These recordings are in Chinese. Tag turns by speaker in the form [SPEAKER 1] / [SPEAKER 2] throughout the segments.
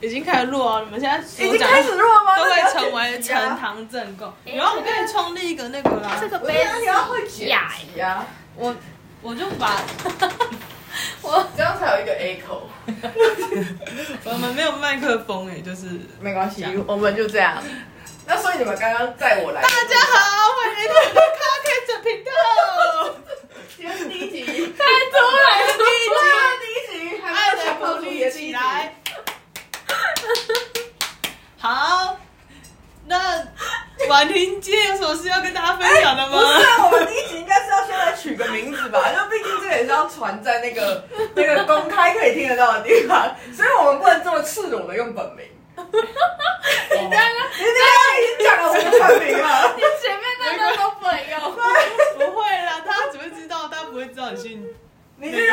[SPEAKER 1] 已经开始录哦，你们现在
[SPEAKER 2] 已
[SPEAKER 1] 所
[SPEAKER 2] 经
[SPEAKER 1] 讲
[SPEAKER 2] 开始录了吗？
[SPEAKER 1] 都
[SPEAKER 2] 那你要
[SPEAKER 1] 会
[SPEAKER 2] 剪
[SPEAKER 1] 成为
[SPEAKER 2] 辑啊
[SPEAKER 1] 呈堂证供。然后我可以创立一个那个啦，
[SPEAKER 3] 这个
[SPEAKER 2] 不是
[SPEAKER 3] 杯
[SPEAKER 2] 啊，你要
[SPEAKER 3] 子
[SPEAKER 2] 会剪辑啊，
[SPEAKER 1] 我我就把
[SPEAKER 2] 这样才有一个 echo。
[SPEAKER 1] 我们没有麦克风哎，就是
[SPEAKER 2] 没关系，我们就这样。那所以你们刚刚载我来，大
[SPEAKER 1] 大家好，欢迎来到 Podcast 频道。
[SPEAKER 2] 今天是第一集，
[SPEAKER 1] 太突然了，第
[SPEAKER 2] 第一集，
[SPEAKER 1] 一集，
[SPEAKER 2] 还
[SPEAKER 1] 爱的
[SPEAKER 2] 没有讲
[SPEAKER 1] 鼓
[SPEAKER 2] 到主
[SPEAKER 1] 励
[SPEAKER 2] 题
[SPEAKER 1] 起来。。好，那婉婷今天有什么事要跟大家分享的
[SPEAKER 2] 不是
[SPEAKER 1] 吗？
[SPEAKER 2] 啊，我们第一集应该是要先来取个名字吧， 因为毕竟这也是要传在那个 那个公开可以听得到的地方，所以我们不能这么赤裸的 用本名。哦
[SPEAKER 3] 你刚
[SPEAKER 1] 啊
[SPEAKER 3] 刚
[SPEAKER 2] 你这样已经讲了我们本名了
[SPEAKER 3] 你，前面那个都不能用，
[SPEAKER 1] 不会啦，大家只会知道，大家不会知道你姓
[SPEAKER 2] 你这个。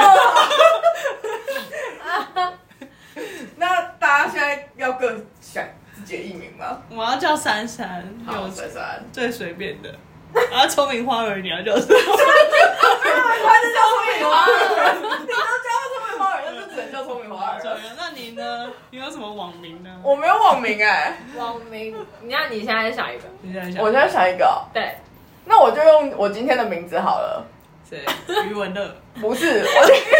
[SPEAKER 2] 那大家现在要各想自己的艺名吗？
[SPEAKER 1] 我要叫珊珊，
[SPEAKER 2] 好，
[SPEAKER 1] 有
[SPEAKER 2] 珊珊。
[SPEAKER 1] 最随便的。啊，聪明花儿，你要叫什么？
[SPEAKER 2] 他就叫聪明花儿，你都叫他聪明花儿，那就只能叫聪明花儿了。
[SPEAKER 1] 那你呢？你有什么网名呢？
[SPEAKER 2] 我没有网名哎、
[SPEAKER 3] 网名，你看你现在想一个，
[SPEAKER 1] 你想一想，
[SPEAKER 2] 我现在想一个哦、
[SPEAKER 3] 对，
[SPEAKER 2] 那我就用我今天的名字好了。
[SPEAKER 1] 谁？余文乐。
[SPEAKER 2] 不是，我今天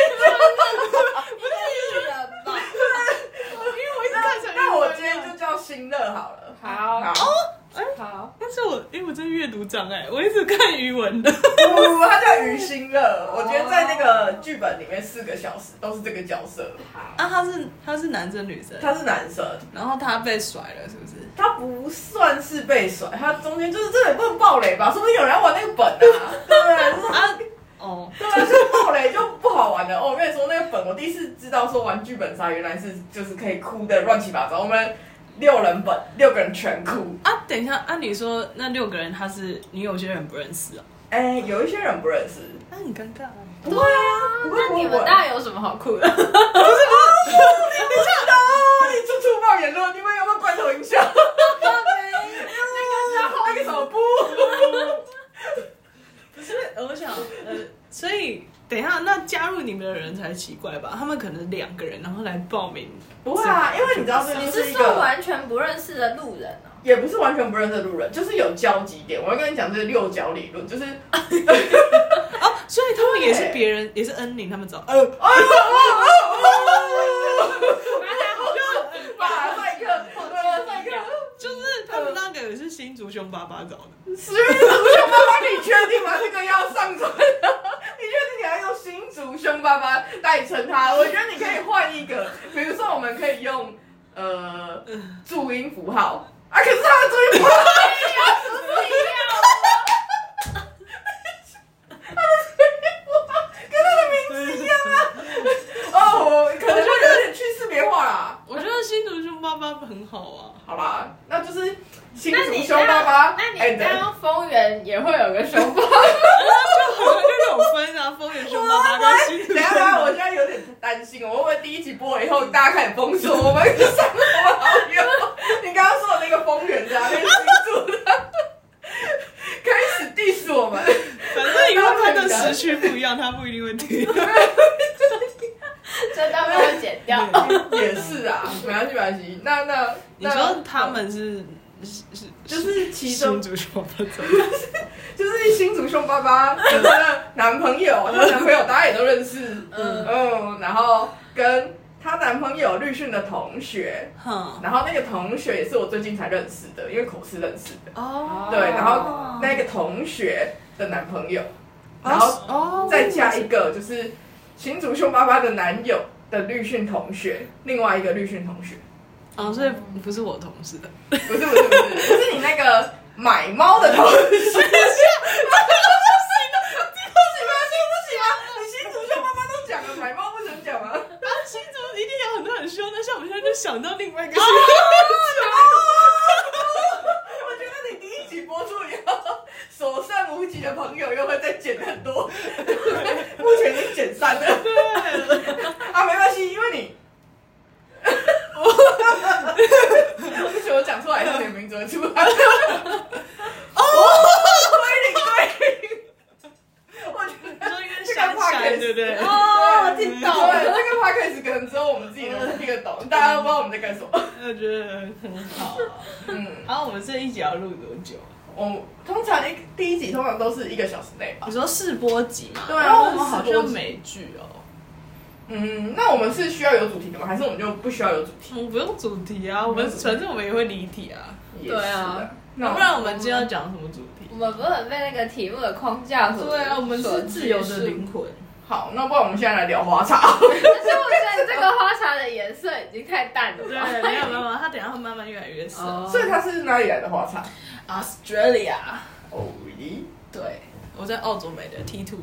[SPEAKER 3] 艺人吧，
[SPEAKER 1] 因为我一直看
[SPEAKER 2] 那那我今天就叫新乐好了。
[SPEAKER 3] 好
[SPEAKER 2] 好，
[SPEAKER 3] 好，
[SPEAKER 1] 哦哎但是我哎因为我真的阅读障碍，我一直看余文乐。
[SPEAKER 2] 不，他叫于新乐。我今天在那个剧本里面四个小时都是这个角色，
[SPEAKER 1] 啊，他是他是男生女生，
[SPEAKER 2] 他是男生，
[SPEAKER 1] 然后他被甩了，是不是？
[SPEAKER 2] 他不算是被甩，他中间就是这也不能暴雷吧？说不定有人要玩那个本啊，对不对？就是
[SPEAKER 1] 啊，哦，
[SPEAKER 2] 对啊，就爆雷就不好玩了。哦，我跟你说，那个本我第一次知道说玩剧本杀原来是就是可以哭的乱七八糟。我们六人本，六个人全哭。
[SPEAKER 1] 啊，等一下，按、理说那六个人他是你有些人不认识啊，
[SPEAKER 2] 哎、有一些人不认识。
[SPEAKER 1] 那、很尴尬、啊。
[SPEAKER 2] 对啊，不会
[SPEAKER 3] 那
[SPEAKER 2] 不会
[SPEAKER 3] 你
[SPEAKER 2] 不
[SPEAKER 3] 们
[SPEAKER 2] 会。
[SPEAKER 3] 当然有什么好哭的？
[SPEAKER 2] 你知道你处处冒言论，你们有没有罐头音效？那个手不？
[SPEAKER 1] 不是，我想，呃，所以等一下，那加入你们的人才奇怪吧？他们可能两个人，然后来报名，
[SPEAKER 2] 不会啊，因为你知道这
[SPEAKER 3] 你
[SPEAKER 2] 就是
[SPEAKER 3] 是
[SPEAKER 2] 一
[SPEAKER 3] 说
[SPEAKER 2] 个，
[SPEAKER 3] 完全不认识的路人哦？
[SPEAKER 2] 也不是完全不认识的路人，就是有交集点。我要跟你讲这个六角理论，就是
[SPEAKER 1] 哦，所以他们也是别人，也是恩宁他们找，呃，
[SPEAKER 2] 哦哦哦哦，
[SPEAKER 3] 就
[SPEAKER 2] 马赛克，马赛克。
[SPEAKER 1] 就是他们那个也是新竹凶巴巴找的，
[SPEAKER 2] 十月竹凶巴巴，你确定吗？这个要上传的？你确定你要用新竹凶巴巴代称它？我觉得你可以换一个，比如说我们可以用呃注音符号啊，可是它的注音符号，它的注音符号跟它的名字一样啊。哦，我可能会有点去识别化啦。
[SPEAKER 1] 我觉得新竹凶巴巴很好啊。
[SPEAKER 2] 好啦，那就是新
[SPEAKER 3] 那
[SPEAKER 2] 竹
[SPEAKER 3] 你
[SPEAKER 2] 凶巴巴，
[SPEAKER 3] 那你
[SPEAKER 1] 哎
[SPEAKER 2] and
[SPEAKER 3] 这样丰原也会有个熊 抱，
[SPEAKER 1] 就有分啊，风云凶巴巴跟新
[SPEAKER 2] 等
[SPEAKER 1] 竹凶
[SPEAKER 2] 一下，等一下，
[SPEAKER 1] 巴
[SPEAKER 2] 我
[SPEAKER 1] 巴
[SPEAKER 2] 现。在有点担心，我会不会第一集播了以后，大家开始封锁我们上我们好友？你刚刚说的那个风源的、啊，那个新住的，开始 diss 我们。
[SPEAKER 1] 反正以后他的时区不一样，他不一定会 听。
[SPEAKER 3] 这段被我剪
[SPEAKER 1] 啊
[SPEAKER 3] 掉。
[SPEAKER 2] 也是啊，没关系，没关系。那那
[SPEAKER 1] 你
[SPEAKER 2] 那
[SPEAKER 1] 说他们是是是
[SPEAKER 2] 就是其
[SPEAKER 1] 新
[SPEAKER 2] 中
[SPEAKER 1] 竹凶巴巴找的，
[SPEAKER 2] 就是新竹凶巴巴的男朋友，她男朋友大家也都认识，
[SPEAKER 3] 嗯
[SPEAKER 2] 嗯，然后跟她男朋友律训的同学，
[SPEAKER 1] 哼
[SPEAKER 2] 然后那个同学也是我最近才认识的，因为口试认识的。
[SPEAKER 1] 哦
[SPEAKER 2] 对，然
[SPEAKER 1] 哦
[SPEAKER 2] 后那个同学的男朋友，
[SPEAKER 1] 啊
[SPEAKER 2] 然后
[SPEAKER 1] 后
[SPEAKER 2] 再加一个就是新竹凶巴巴的男友的律训同学，另外一个律训同学，
[SPEAKER 1] 哦，所以不是我同事的，
[SPEAKER 2] 不是不是不是，不是你那个买猫的同学。不行不行不行啊！你新竹凶巴巴都讲了，买猫不能讲吗？
[SPEAKER 1] 啊，新竹一定有很多很凶的，像我现在就想到另外一 个，
[SPEAKER 2] 我觉得你第一集播出以后，所剩无几的朋友又会再减很多，目前已经减三了。啊，没关系，因为你。对不起，我讲出来，你的名字会出来。哦，对对我觉得
[SPEAKER 1] 你说一个闪闪，对不对？
[SPEAKER 3] 哦，我听懂
[SPEAKER 2] 对，
[SPEAKER 3] 了。
[SPEAKER 2] 这个 podcast 可能只有我们自己能真的听得懂，大家都不知道我们在干什么。
[SPEAKER 1] 我觉得很好啊。
[SPEAKER 2] 嗯，
[SPEAKER 1] 然后我们这一集要录多久？
[SPEAKER 2] 我通常一第一集通常都是一个小时内吧
[SPEAKER 1] 你。说试播集嘛？
[SPEAKER 2] 对啊
[SPEAKER 1] 然后我们好
[SPEAKER 2] 试播
[SPEAKER 1] 像
[SPEAKER 2] 集
[SPEAKER 1] 美剧哦。
[SPEAKER 2] 嗯，那我们是需要有主题的吗？还是我们就不需要有主题？
[SPEAKER 1] 我们不用主题啊，我们反正我们也会离题啊。
[SPEAKER 2] 也是
[SPEAKER 3] 对啊，
[SPEAKER 2] 那
[SPEAKER 1] 不然我们今天要讲什么主题？
[SPEAKER 3] 我们不是很被那个题目的框架所
[SPEAKER 1] 对啊，我们是自由的灵
[SPEAKER 3] 魂。
[SPEAKER 1] 魂。
[SPEAKER 2] 好，那不然我们现在来聊花茶。
[SPEAKER 3] 可是我觉得这个花茶的颜色已经太淡了
[SPEAKER 1] 对，
[SPEAKER 3] 吧。
[SPEAKER 1] 没有没有，它等一下会慢慢越来 越深。
[SPEAKER 3] 哦
[SPEAKER 2] 所以它是哪里来的花茶？
[SPEAKER 1] Australia，
[SPEAKER 2] 哦咦，
[SPEAKER 1] 对，我在澳洲买的 T two，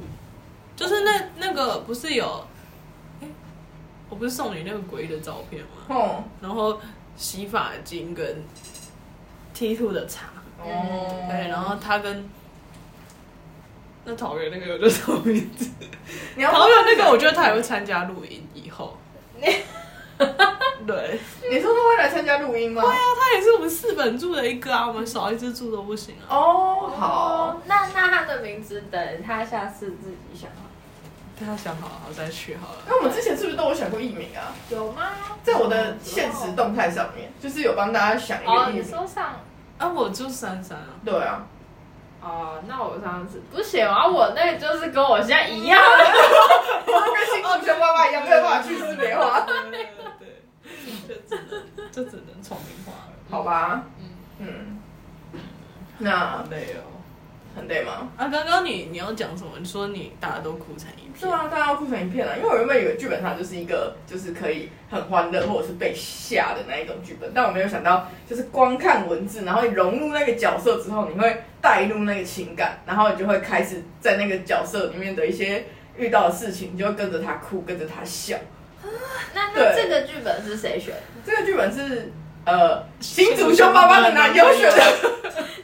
[SPEAKER 1] 就是那那个不是有，诶我不是送你那个鬼的照片吗？
[SPEAKER 2] 哦
[SPEAKER 1] 然后洗发精跟 T two 的茶，
[SPEAKER 2] 哦，
[SPEAKER 1] 嗯对，然后它跟那桃园那个我叫什么名 字？
[SPEAKER 2] 你要
[SPEAKER 1] 桃园那个我觉得他也会参加录音以后， 对。
[SPEAKER 2] 你说他会来参加录音吗？
[SPEAKER 1] 对啊，他也是我们四本柱的一个啊，我们少一只柱都不行啊。
[SPEAKER 2] 哦，好，，
[SPEAKER 3] 那那他的名字等他下次自己想好。
[SPEAKER 1] 大家想好了再去好了。
[SPEAKER 2] 那我们之前是不是都有想过艺名啊？
[SPEAKER 3] 有吗？
[SPEAKER 2] 在我的现实动态上面，就是有帮大家想一
[SPEAKER 3] 哦，
[SPEAKER 2] 个艺
[SPEAKER 3] 你
[SPEAKER 2] 名。
[SPEAKER 3] 说上
[SPEAKER 1] 啊，我就珊珊啊，
[SPEAKER 2] 对啊，
[SPEAKER 3] 哦，那我上次不行啊，我那个就是跟我现在一样，
[SPEAKER 2] 他跟新竹熊爸爸一样，没有办法去四梅花，
[SPEAKER 1] 对对，就只能就只能丛林化了，
[SPEAKER 2] 好吧？嗯，那
[SPEAKER 1] 好累哦。
[SPEAKER 2] 很累吗？
[SPEAKER 1] 啊，刚刚你你要讲什么？你说你大家都哭成一
[SPEAKER 2] 是
[SPEAKER 1] 片，
[SPEAKER 2] 啊，大家要哭成一片了，因为我原本以为剧本它就是一个就是可以很欢乐或者是被吓的那一种剧本，但我没有想到，就是光看文字，然后你融入那个角色之后，你会带入那个情感，然后你就会开始在那个角色里面的一些遇到的事情，你就会跟着他哭，跟着他笑。
[SPEAKER 3] 那那
[SPEAKER 2] 对
[SPEAKER 3] 这个剧本是谁选？
[SPEAKER 2] 这个剧本是呃新竹凶巴巴的男优选的。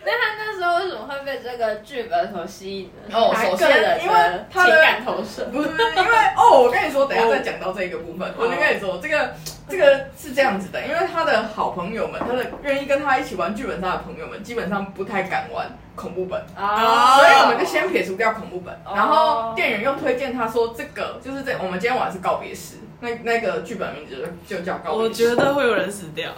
[SPEAKER 3] 那他那时候为什么会被这个剧本所吸引呢？
[SPEAKER 2] 哦
[SPEAKER 3] 他
[SPEAKER 2] 首
[SPEAKER 3] 个
[SPEAKER 2] 先
[SPEAKER 3] 人
[SPEAKER 2] 因为他的
[SPEAKER 3] 情感投射。
[SPEAKER 2] 不是因为 哦，我跟你说，等一下再讲到这一个部
[SPEAKER 1] 哦
[SPEAKER 2] 分。我就跟你说，这个这个是这样子的，因为他的好朋友们，他的愿意跟他一起玩剧本杀的朋友们，基本上不太敢玩恐怖本。
[SPEAKER 1] 哦
[SPEAKER 2] 所以我们就先撇除掉恐怖本，
[SPEAKER 3] 哦
[SPEAKER 2] 然后店员又推荐他说这个就是这我们今天晚上是告别式，那那个剧本名字就就叫告
[SPEAKER 1] 我
[SPEAKER 2] 别
[SPEAKER 1] 觉
[SPEAKER 2] 式。
[SPEAKER 1] 得会有人死掉，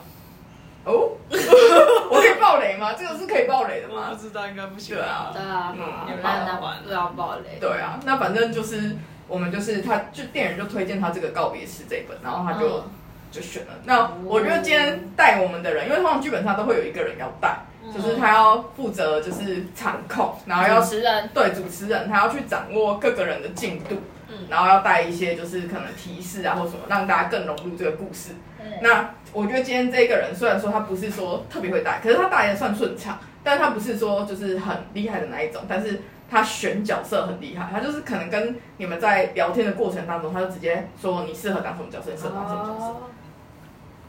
[SPEAKER 2] 哦， 我可以爆雷吗？这个是可以爆雷的
[SPEAKER 1] 我不
[SPEAKER 2] 吗？
[SPEAKER 1] 知道应该不行
[SPEAKER 2] 对啊
[SPEAKER 3] 对啊，
[SPEAKER 2] 嗯
[SPEAKER 3] 你们
[SPEAKER 1] 好
[SPEAKER 3] 那
[SPEAKER 1] 玩
[SPEAKER 3] 不要暴雷。
[SPEAKER 2] 对啊，那反正就是我们就是他就店员就推荐他这个告别式这一本，然后他就、
[SPEAKER 3] 嗯
[SPEAKER 2] 就选了。那我觉得今天带我们的人，因为通常剧本上都会有一个人要带，
[SPEAKER 3] 嗯
[SPEAKER 2] 就是他要负责就是场控，然后要
[SPEAKER 3] 主持人
[SPEAKER 2] 对主持人，他要去掌握各个人的进度，
[SPEAKER 1] 嗯
[SPEAKER 2] 然后要带一些就是可能提示啊或什么，让大家更融入这个故事。
[SPEAKER 3] 嗯
[SPEAKER 2] 那我觉得今天这个人虽然说他不是说特别会带，可是他带的算顺畅，但他不是说就是很厉害的那一种，但是他选角色很厉害，他就是可能跟你们在聊天的过程当中，他就直接说你适合当什么角色，你适合当什么角色。
[SPEAKER 3] 哦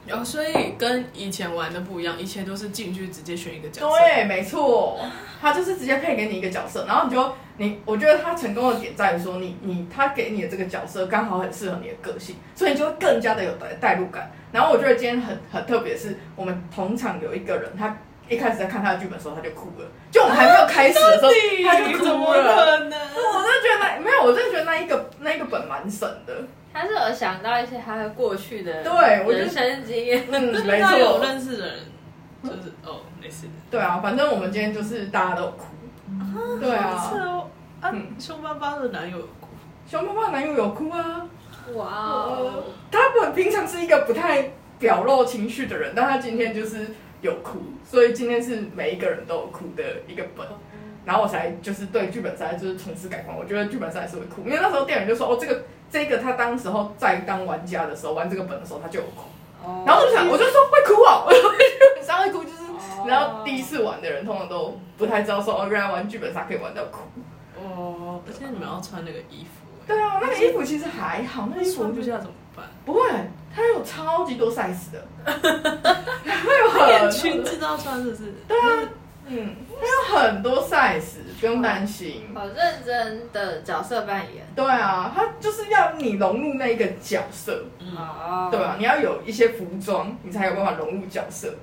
[SPEAKER 1] 哦，所以跟以前玩的不一样，以前都是进去直接选一个角色，
[SPEAKER 2] 对，没错，他就是直接配给你一个角色，然后你就你，我觉得他成功的点在于说你你他给你的这个角色刚好很适合你的个性，所以你就会更加的有代代入感。然后我觉得今天很很特别，是我们同场有一个人，他一开始在看他的剧本的时候他就哭了，就我们还没有开始的时候、他
[SPEAKER 1] 到底
[SPEAKER 2] 就
[SPEAKER 1] 怎
[SPEAKER 2] 哭
[SPEAKER 1] 么
[SPEAKER 2] 了。
[SPEAKER 1] 可能？
[SPEAKER 2] 我真的觉得那没有，我真的觉得那一个那一个本蛮神的。
[SPEAKER 3] 他是有想到一些他的过去的
[SPEAKER 2] 对我觉得
[SPEAKER 3] 人生经验。
[SPEAKER 2] 嗯，没
[SPEAKER 1] 那有
[SPEAKER 2] 错。
[SPEAKER 1] 认识的人，就是哦，没事。
[SPEAKER 2] 对啊，反正我们今天就是大家都有哭。对啊
[SPEAKER 1] 是，哦，啊
[SPEAKER 2] 嗯，
[SPEAKER 1] 凶巴巴的男友有哭，
[SPEAKER 2] 熊猫猫男友有哭啊。
[SPEAKER 3] 哇
[SPEAKER 2] 呃
[SPEAKER 3] 哦！，
[SPEAKER 2] 他本平常是一个不太表露情绪的人，但他今天就是有哭，所以今天是每一个人都有哭的一个本。然后我才就是对剧本杀就是从此改观，我觉得剧本杀还是会哭，因为那时候店员就说哦这个这个他当时候在当玩家的时候玩这个本的时候他就有哭，
[SPEAKER 3] 哦
[SPEAKER 2] 然后我就想我就说会哭 哦，我说剧本杀会哭就是
[SPEAKER 3] 哦，
[SPEAKER 2] 然后第一次玩的人通常都不太知道说哦原来玩剧本杀可以玩到哭，
[SPEAKER 1] 哦，而且你们要穿那个衣服，
[SPEAKER 2] 对啊那个啊衣服其实还好，那
[SPEAKER 1] 那
[SPEAKER 2] 个衣
[SPEAKER 1] 衣
[SPEAKER 2] 服
[SPEAKER 1] 服
[SPEAKER 2] 就
[SPEAKER 1] 不
[SPEAKER 2] 是
[SPEAKER 1] 下怎么办？
[SPEAKER 2] 不会，它有超级多 size 的，它有
[SPEAKER 1] 连
[SPEAKER 2] 很
[SPEAKER 1] 裙
[SPEAKER 2] 多，
[SPEAKER 1] 子都要穿，是不是？
[SPEAKER 2] 啊对啊，嗯，它有很多 size，不用担心。
[SPEAKER 3] 好认真的角色扮演。
[SPEAKER 2] 对啊，它就是要你融入那一个角色，
[SPEAKER 1] 嗯，
[SPEAKER 3] 哦
[SPEAKER 2] 对吧、啊你要有一些服装，你才有办法融入角色。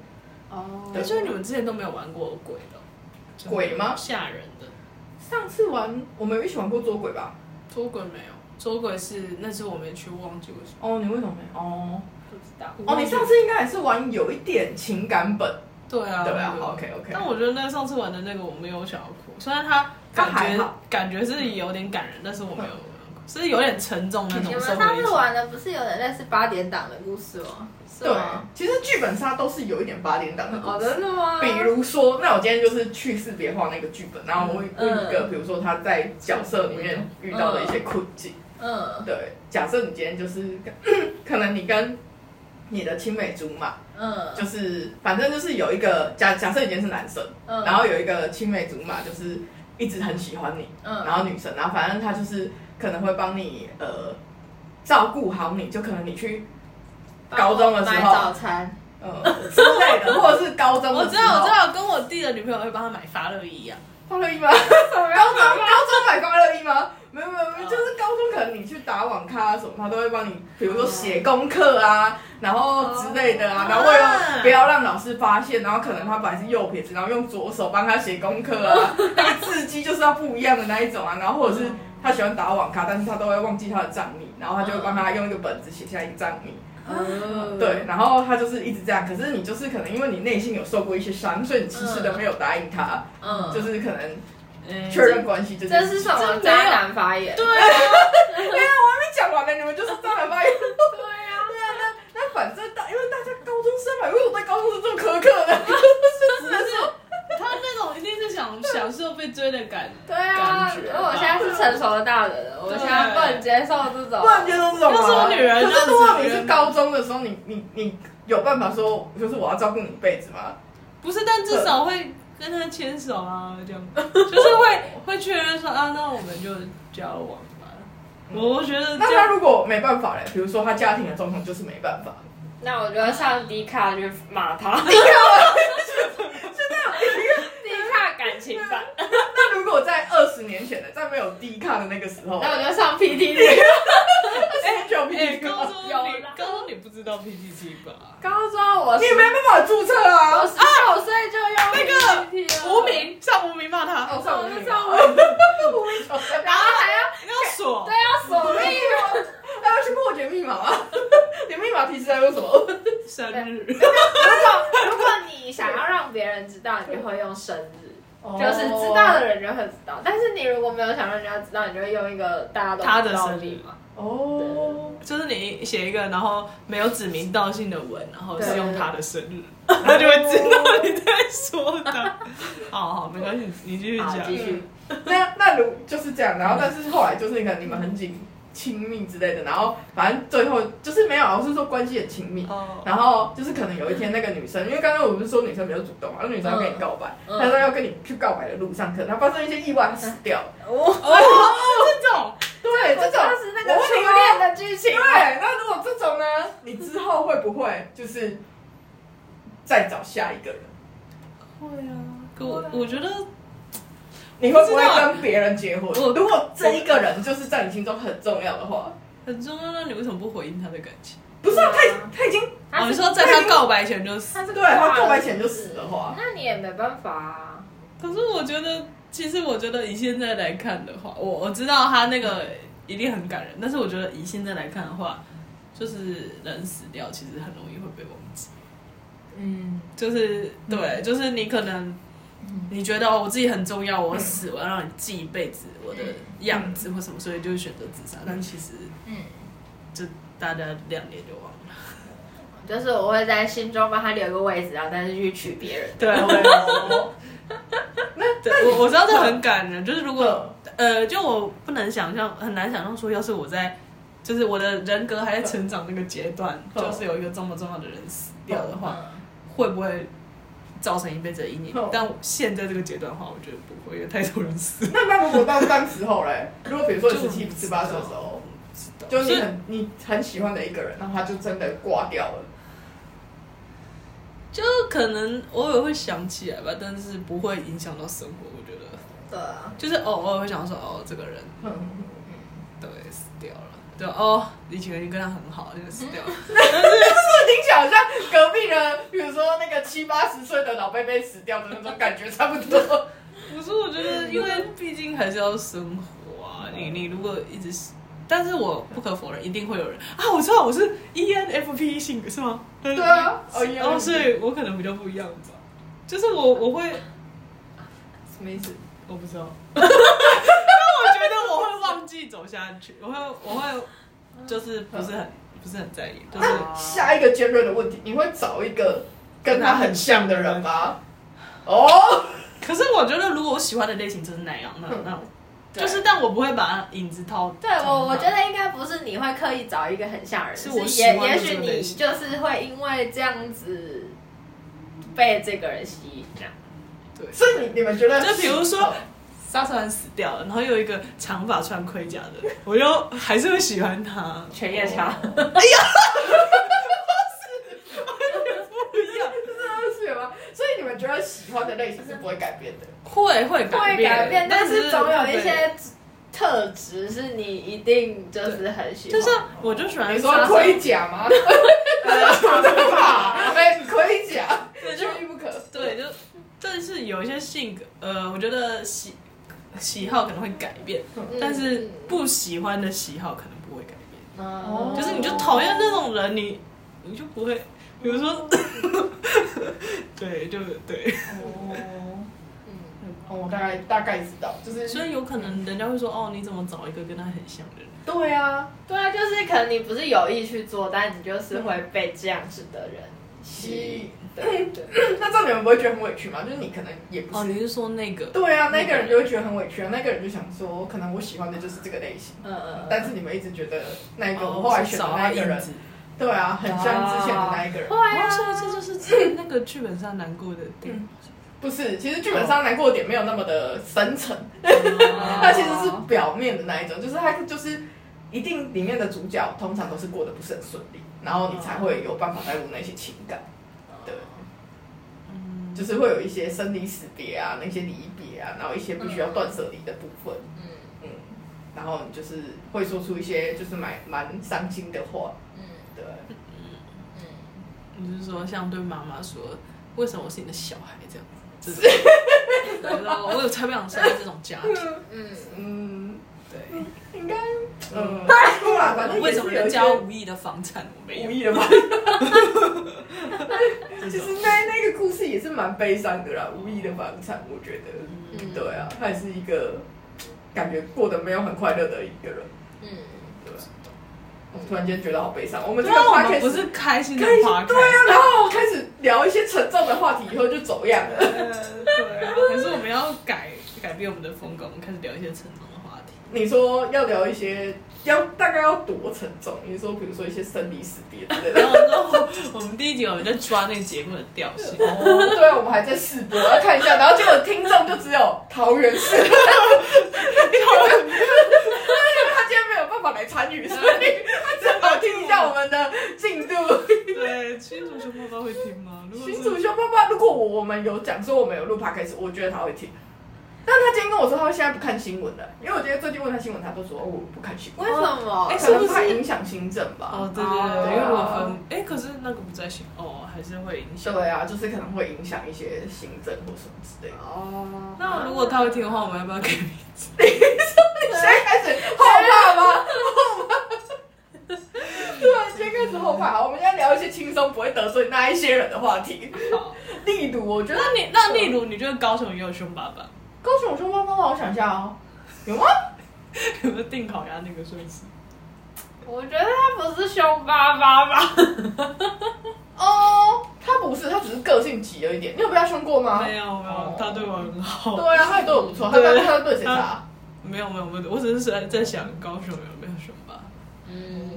[SPEAKER 3] 哦，
[SPEAKER 2] 对
[SPEAKER 1] 所以你们之前都没有玩过鬼的哦，就是
[SPEAKER 2] 鬼吗
[SPEAKER 1] 吓人的
[SPEAKER 2] 上次玩我们有一起玩过捉鬼吧？
[SPEAKER 1] 捉鬼没有？捉鬼是那次我没去，忘记为什么。
[SPEAKER 2] 哦，你为什么没？哦，
[SPEAKER 3] 不知道。
[SPEAKER 2] 哦，你上次应该还是玩有一点情感本，
[SPEAKER 1] 对啊，
[SPEAKER 2] 对啊好，OK OK。
[SPEAKER 1] 但我觉得那上次玩的那个我没有想要哭，虽然他
[SPEAKER 2] 他
[SPEAKER 1] 感
[SPEAKER 2] 还
[SPEAKER 1] 觉
[SPEAKER 2] 好
[SPEAKER 1] 感觉是有点感人，但是我没有哭，是有点沉重那
[SPEAKER 3] 你
[SPEAKER 1] 种
[SPEAKER 2] 嗯
[SPEAKER 3] 们
[SPEAKER 1] 社
[SPEAKER 3] 上
[SPEAKER 1] 会议
[SPEAKER 3] 次
[SPEAKER 1] 题。
[SPEAKER 3] 玩的不是有点类似八点档的故事吗？是
[SPEAKER 2] 对啊
[SPEAKER 3] 吗？，
[SPEAKER 2] 其实剧本杀都是有一点八点档的故
[SPEAKER 3] 哦，
[SPEAKER 2] 事。
[SPEAKER 3] 真的吗？
[SPEAKER 2] 比如说，那我今天就是去世别画那个剧本，然后我问
[SPEAKER 3] 嗯
[SPEAKER 2] 一个，比如说他在角色里面遇到的一些困境。
[SPEAKER 3] 嗯
[SPEAKER 2] 对，假设你今天就是 跟可能你跟你的青梅竹马，
[SPEAKER 3] 嗯，
[SPEAKER 2] 就是反正就是有一个假假设你今天是男生，
[SPEAKER 3] 嗯
[SPEAKER 2] 然后有一个青梅竹马就是一直很喜欢你，
[SPEAKER 3] 嗯
[SPEAKER 2] 然后女生，然后反正她就是可能会帮你呃照顾好你，就可能你去高中的时候
[SPEAKER 3] 买早餐，
[SPEAKER 2] 呃之类 的，或者是高中
[SPEAKER 1] 我
[SPEAKER 2] 的
[SPEAKER 1] 知
[SPEAKER 2] 时
[SPEAKER 1] 道，
[SPEAKER 2] 候，
[SPEAKER 1] 我知道，跟我弟的女朋友会帮他买发热衣啊。
[SPEAKER 2] 发热衣吗？高中高中买发热衣吗？没有没有没
[SPEAKER 1] 嗯
[SPEAKER 2] 有，就是高中可能你去打网咖啊什么，他都会帮你，比如说写功课啊，然后之类的啊
[SPEAKER 1] 哦，
[SPEAKER 2] 然后为
[SPEAKER 1] 啊
[SPEAKER 2] 了不要让老师发现，然后可能他本来是右撇子，然后用左手帮他写功课 啊，那个字迹就是要不一样的那一种啊，然后或者
[SPEAKER 3] 哦
[SPEAKER 2] 是他喜欢打网咖，但是他都会忘记他的账密，然后他就会帮他用一个本子写下一个账密，
[SPEAKER 3] 嗯
[SPEAKER 2] 对，，然后他就是一直这样，可是你就是可能因为你内心有受过一些伤，所以你迟迟的没有答应他，
[SPEAKER 3] 嗯，
[SPEAKER 2] 就是是可能。
[SPEAKER 1] 嗯
[SPEAKER 2] 确认关系这件
[SPEAKER 3] 这
[SPEAKER 2] 事
[SPEAKER 3] 是
[SPEAKER 2] 情。
[SPEAKER 3] 什么渣男发言？
[SPEAKER 1] 对啊，
[SPEAKER 2] 对啊，我还没讲完呢，你们就是渣男发言。
[SPEAKER 3] 对啊，
[SPEAKER 2] 对啊，那那反正大，因为大家高中生嘛，因为我对高中生这么苛刻 的，
[SPEAKER 1] 真的是他那种一定是想小时候被追的感觉。
[SPEAKER 3] 对啊，
[SPEAKER 1] 感觉
[SPEAKER 3] 因为我现在是成熟的大人了，我现在不能接受这种，
[SPEAKER 2] 不然接受这种啊
[SPEAKER 1] 就是我女儿
[SPEAKER 2] 可
[SPEAKER 1] 就
[SPEAKER 2] 是
[SPEAKER 1] 是
[SPEAKER 2] 如果你
[SPEAKER 1] 女
[SPEAKER 2] 是
[SPEAKER 1] 人
[SPEAKER 2] 高中的时候，你你你有办法说，就是我要照顾你一辈子吗？
[SPEAKER 1] 不是，但至少会跟他牵手啊，这 样，就是会会确认说啊，那我们就交往吧。我我觉得
[SPEAKER 2] 那
[SPEAKER 1] 这
[SPEAKER 2] 他
[SPEAKER 1] 样，
[SPEAKER 2] 如果没办法嘞，比如说他家庭的状况就是没办法，
[SPEAKER 3] 那我就要上迪卡去骂 他，迪卡感情版，
[SPEAKER 2] 那如果在二十年前的，在没有低卡的那个时候，
[SPEAKER 3] 那我就上 PTT。
[SPEAKER 2] 哎，九
[SPEAKER 1] 哎、
[SPEAKER 2] P
[SPEAKER 1] 高中
[SPEAKER 3] 有
[SPEAKER 1] 你
[SPEAKER 3] 啦
[SPEAKER 1] 高中你不知道 PPT 吧？
[SPEAKER 3] 高中我
[SPEAKER 2] 你
[SPEAKER 3] 是
[SPEAKER 2] 也没办法注 册啊
[SPEAKER 3] 我。十九岁就要
[SPEAKER 1] 那个
[SPEAKER 3] PTT 了
[SPEAKER 1] 无，名上无名骂他，
[SPEAKER 2] 哦，
[SPEAKER 3] 上
[SPEAKER 2] 上
[SPEAKER 3] 我
[SPEAKER 2] 我
[SPEAKER 3] 就
[SPEAKER 2] 就
[SPEAKER 3] 上
[SPEAKER 2] 上
[SPEAKER 3] 我
[SPEAKER 2] 我，
[SPEAKER 3] 然后还要
[SPEAKER 1] 你要锁
[SPEAKER 3] 对，啊要锁密码，
[SPEAKER 2] 他要去破解密码吗？ 你密码提示他用什么？
[SPEAKER 1] 生日，
[SPEAKER 3] 如果你想要让别人知道，你就会用生日。 就是知道的人就会知道，但是你如果没有想让人家知道，你就会用一个大家都
[SPEAKER 1] 他
[SPEAKER 3] 知
[SPEAKER 1] 的
[SPEAKER 3] 道
[SPEAKER 1] 生
[SPEAKER 3] 密
[SPEAKER 1] 日
[SPEAKER 3] 码。
[SPEAKER 2] 哦。
[SPEAKER 1] 就是你写一个然后没有指名道姓的文，然后是
[SPEAKER 3] 对
[SPEAKER 1] 用他的生日，他就会知道你在说他。好好，没关系，你继续
[SPEAKER 3] 好，
[SPEAKER 1] 讲。
[SPEAKER 3] 啊继续。
[SPEAKER 2] 那那如就是这样，然后但是后来就是可能你们很紧亲密之类的，然后反正最后就是没有，我是说关系很亲密。
[SPEAKER 1] 哦，
[SPEAKER 2] 然后就是可能有一天那个女生，因为刚刚我不是说女生比较主动嘛，那女生要跟你告白，
[SPEAKER 3] 嗯嗯
[SPEAKER 2] 她在要跟你去告白的路上，可能她发生一些意外，她死掉了。
[SPEAKER 3] 我
[SPEAKER 1] 哦，这种
[SPEAKER 2] 对，这种
[SPEAKER 3] 当时那个
[SPEAKER 2] 我问
[SPEAKER 3] 初
[SPEAKER 2] 你哦
[SPEAKER 3] 恋啊的剧情
[SPEAKER 2] 对，，那如果这种呢，你之后会不会就是再找下一个人？
[SPEAKER 1] 会啊，可我我觉得
[SPEAKER 2] 你会不会跟别人结婚
[SPEAKER 1] 我？
[SPEAKER 2] 如果这一个人就是在你心中很重要的话，
[SPEAKER 1] 很重要。那你为什么不回应他的感情？
[SPEAKER 2] 不是啊，
[SPEAKER 3] 嗯
[SPEAKER 2] 他已他已经
[SPEAKER 1] 哦，你说在他告白前就死。
[SPEAKER 3] 他是
[SPEAKER 2] 对他告白前就死的话，
[SPEAKER 3] 那你也没办法啊。
[SPEAKER 1] 可是我觉得，其实我觉得以现在来看的话，我我知道他那个一定很感人，但是我觉得以现在来看的话，就是人死掉其实很容易会被忘记。
[SPEAKER 2] 嗯，
[SPEAKER 1] 就是对，就是你可能你觉得哦，我自己很重要，我死，我要让你记一辈子我的样子或什么，所以就选择自杀。但其实
[SPEAKER 3] 嗯，
[SPEAKER 1] 就大家两年就忘了。
[SPEAKER 3] 就是我会在心中帮他留个位置啊，但是去娶别人。
[SPEAKER 1] 对，啊 我
[SPEAKER 2] 那
[SPEAKER 1] 对我我知道这很感人，就是如果呃，就我不能想象，很难想象说，要是我在，就是我的人格还在成长那个阶段，
[SPEAKER 2] 嗯
[SPEAKER 1] 就是有一个这么重要的人死掉的话，
[SPEAKER 3] 嗯
[SPEAKER 1] 会不会造成一辈子的阴影
[SPEAKER 2] 嗯？
[SPEAKER 1] 但现在这个阶段的话，我觉得不会，因为太多人死了。
[SPEAKER 2] 那那如果到当时候嘞，如果比如说你
[SPEAKER 1] 就
[SPEAKER 2] 十七、十八岁的时候，
[SPEAKER 1] 就
[SPEAKER 2] 就是你
[SPEAKER 1] 是
[SPEAKER 2] 很你很喜欢的一个人，然后他就真的挂掉了，
[SPEAKER 1] 就可能偶尔会想起来吧，但是不会影响到生活。我觉得
[SPEAKER 3] 对啊，
[SPEAKER 1] 就是偶尔会想说，哦，这个人
[SPEAKER 2] 嗯，
[SPEAKER 1] 对死掉了，对哦，以前跟他很好，现在死掉了。
[SPEAKER 2] 这听起来好像隔壁的，比如说那个七八十岁的老贝贝死掉的那种感觉差不多。
[SPEAKER 1] 可是我觉得，因为毕竟还是要生活啊，你你如果一直但是我不可否认，一定会有人啊！我知道我是 ENFP 性格是吗？对
[SPEAKER 2] 对啊哦
[SPEAKER 3] E
[SPEAKER 1] 然后
[SPEAKER 2] ENFP
[SPEAKER 1] 所以我可能比较不一样吧，就是我我会
[SPEAKER 2] 什么意思？
[SPEAKER 1] 我不知道，但我觉得我会忘记走下去，我会我会就是不是很不是很在意，就是
[SPEAKER 2] 那
[SPEAKER 3] 啊
[SPEAKER 2] 下一个尖锐的问题，你会找一个跟他很像的人 吗？哦，
[SPEAKER 1] 可是我觉得如果我喜欢的类型就是那样，那那
[SPEAKER 3] 嗯对
[SPEAKER 1] 就是但我不会把影子掏。
[SPEAKER 3] 对我，我觉得应该不是你会刻意找一个很像的人，
[SPEAKER 1] 是我喜
[SPEAKER 3] 也
[SPEAKER 1] 欢的
[SPEAKER 3] 也
[SPEAKER 1] 这
[SPEAKER 3] 许
[SPEAKER 1] 个
[SPEAKER 3] 你
[SPEAKER 1] 类型
[SPEAKER 3] 就是会因为这样子被这个人吸引，这样
[SPEAKER 2] 所以你你们觉得？
[SPEAKER 1] 就比如说沙沙人死掉了，然后又有一个长发穿盔甲的，我就还是会喜欢他。
[SPEAKER 3] 犬夜叉。
[SPEAKER 1] 不一样，
[SPEAKER 2] 真的啊是吗？所以你们觉得喜欢的类型是不会改变的。
[SPEAKER 1] 会会改
[SPEAKER 3] 会改变，但
[SPEAKER 1] 是
[SPEAKER 3] 是总有
[SPEAKER 1] 会
[SPEAKER 3] 一些特质是你一定就是很喜
[SPEAKER 1] 就
[SPEAKER 3] 欢。
[SPEAKER 1] 是我就喜欢
[SPEAKER 2] 你说盔甲 吗？ 对吧？哎，盔甲
[SPEAKER 1] 对呃就
[SPEAKER 2] 缺一不可。
[SPEAKER 1] 对，就但是有一些性格，呃，我觉得喜喜好可能会改变，
[SPEAKER 3] 嗯
[SPEAKER 1] 但是不喜欢的喜好可能不会改变。
[SPEAKER 3] 嗯
[SPEAKER 1] 就是你就讨厌那种人，你你就不会，比如说， 对，就对，
[SPEAKER 2] 哦，
[SPEAKER 3] 嗯
[SPEAKER 2] 我哦大概大概知道，就是
[SPEAKER 1] 所以有可能人家会说，哦，你怎么找一个跟他很像的人？
[SPEAKER 2] 对啊，
[SPEAKER 3] 对啊，就是可能你不是有意去做，但你就是会
[SPEAKER 2] 嗯
[SPEAKER 3] 被这样子的人吸引。
[SPEAKER 2] 七。
[SPEAKER 3] 对对，
[SPEAKER 2] 那这样你们不会觉得很委屈吗？就是你可能也不
[SPEAKER 1] 哦，
[SPEAKER 2] 是
[SPEAKER 1] 你是说那个？
[SPEAKER 2] 对啊，那个人就会觉得很委屈啊，那个人就想说，可能我喜欢的就是这个类型，
[SPEAKER 3] 嗯嗯
[SPEAKER 2] 但是你们一直觉得那一个
[SPEAKER 1] 哦
[SPEAKER 2] 我后来选的那一个
[SPEAKER 1] 我
[SPEAKER 2] 人
[SPEAKER 1] 是找到影，子
[SPEAKER 2] 对啊，很像之前的那一个人
[SPEAKER 3] 会。
[SPEAKER 1] 哦，
[SPEAKER 3] 啊，
[SPEAKER 1] 所 以这就是在那个剧本上难过的点。
[SPEAKER 2] 不是，其实剧本上难过的点没有那么的深层，
[SPEAKER 1] 哦
[SPEAKER 2] 它其实是表面的那一种，就是它就是一定里面的主角通常都是过得不是很顺利，然后你才会有办法带入那些情感，对，
[SPEAKER 1] 嗯
[SPEAKER 2] 就是会有一些生离死别啊，那些离别啊，然后一些不需要断舍离的部分，
[SPEAKER 3] 嗯
[SPEAKER 2] 嗯，然后你就是会说出一些就是蛮蛮伤心的话，
[SPEAKER 3] 嗯
[SPEAKER 2] 对，
[SPEAKER 3] 嗯，
[SPEAKER 1] 你是说像对妈妈说，为什么我是你的小孩这样子？ 就是我知道我有才不想生这种家庭。
[SPEAKER 3] 嗯
[SPEAKER 2] 嗯，
[SPEAKER 1] 对，
[SPEAKER 2] 应该，嗯，对啊， 反正
[SPEAKER 1] 为
[SPEAKER 2] 也
[SPEAKER 1] 什
[SPEAKER 2] 是
[SPEAKER 1] 么
[SPEAKER 2] 有
[SPEAKER 1] 人
[SPEAKER 2] 一些
[SPEAKER 1] 家无意的房产我没有
[SPEAKER 2] 无？意的吧。 其实那那个故事也是蛮悲伤的啦，无意的房产，我觉得，
[SPEAKER 3] 嗯，
[SPEAKER 2] 对啊，他也是一个感觉过得没有很快乐的一个人，
[SPEAKER 3] 嗯，
[SPEAKER 2] 对吧、我突然间觉得好悲伤，我们这
[SPEAKER 1] 对啊，
[SPEAKER 2] 个
[SPEAKER 1] 我
[SPEAKER 2] podcast
[SPEAKER 1] 们不是开心的
[SPEAKER 2] 开心，
[SPEAKER 1] 花
[SPEAKER 2] 对啊，然后开始聊一些沉重的话题，以后就走样了。
[SPEAKER 1] 对啊，可是我们要改改变我们的风格，我们开始聊一些沉重的话题。
[SPEAKER 2] 你说要聊一些，要大概要多沉重？你说比如说一些生离死别之类的
[SPEAKER 1] 然。后我们第一集我们在抓那个节目的调 性，
[SPEAKER 2] 哦，对，我们还在试播，要看一下，然后结果听众就只有桃园市，因为他今天没有办法来参与，所以他只好听一下我们的进度。
[SPEAKER 1] 对，新竹熊爸爸会听吗？如果
[SPEAKER 2] 新
[SPEAKER 1] 是
[SPEAKER 2] 主兄爸爸，如果我我们有讲说我们有录 podcast，我觉得他会听。但他今天跟我说他现在不看新闻了，因为我今天最近问他新闻，他都说哦我不看新
[SPEAKER 3] 为
[SPEAKER 2] 闻，
[SPEAKER 3] 什么
[SPEAKER 1] 哎？
[SPEAKER 2] 哦可能怕影响新政吧
[SPEAKER 1] 哦，。对对
[SPEAKER 3] 哦
[SPEAKER 1] 对，因为我分哎，可是那个不在线哦，还是会影响。
[SPEAKER 2] 对啊，就是可能会影响一些新政或什么之类的。
[SPEAKER 3] 哦，
[SPEAKER 1] 那如果他会听的话，我们要不要给？
[SPEAKER 2] 你现在开始后怕吗？后怕。对，今天开始后怕。好我们今天聊一些轻松不会得罪那一些人的话题，
[SPEAKER 1] 好，
[SPEAKER 2] 例如，我觉得
[SPEAKER 1] 那你那例如你觉得高雄也有凶爸爸，
[SPEAKER 2] 高雄凶爸爸，我想一下哦，有吗？
[SPEAKER 1] 有没有订烤鸭那个顺序？
[SPEAKER 3] 我觉得他不是凶巴巴吧？
[SPEAKER 2] 哦，他不是，他只是个性急了一点。你有被他凶过吗？
[SPEAKER 1] 没有没有，他对我很好。
[SPEAKER 2] 对啊，他也对我不错。他
[SPEAKER 1] 对
[SPEAKER 2] 他他对谁差？
[SPEAKER 1] 没有没有没有，我只是在在想高雄有没有凶爸爸。
[SPEAKER 3] 嗯，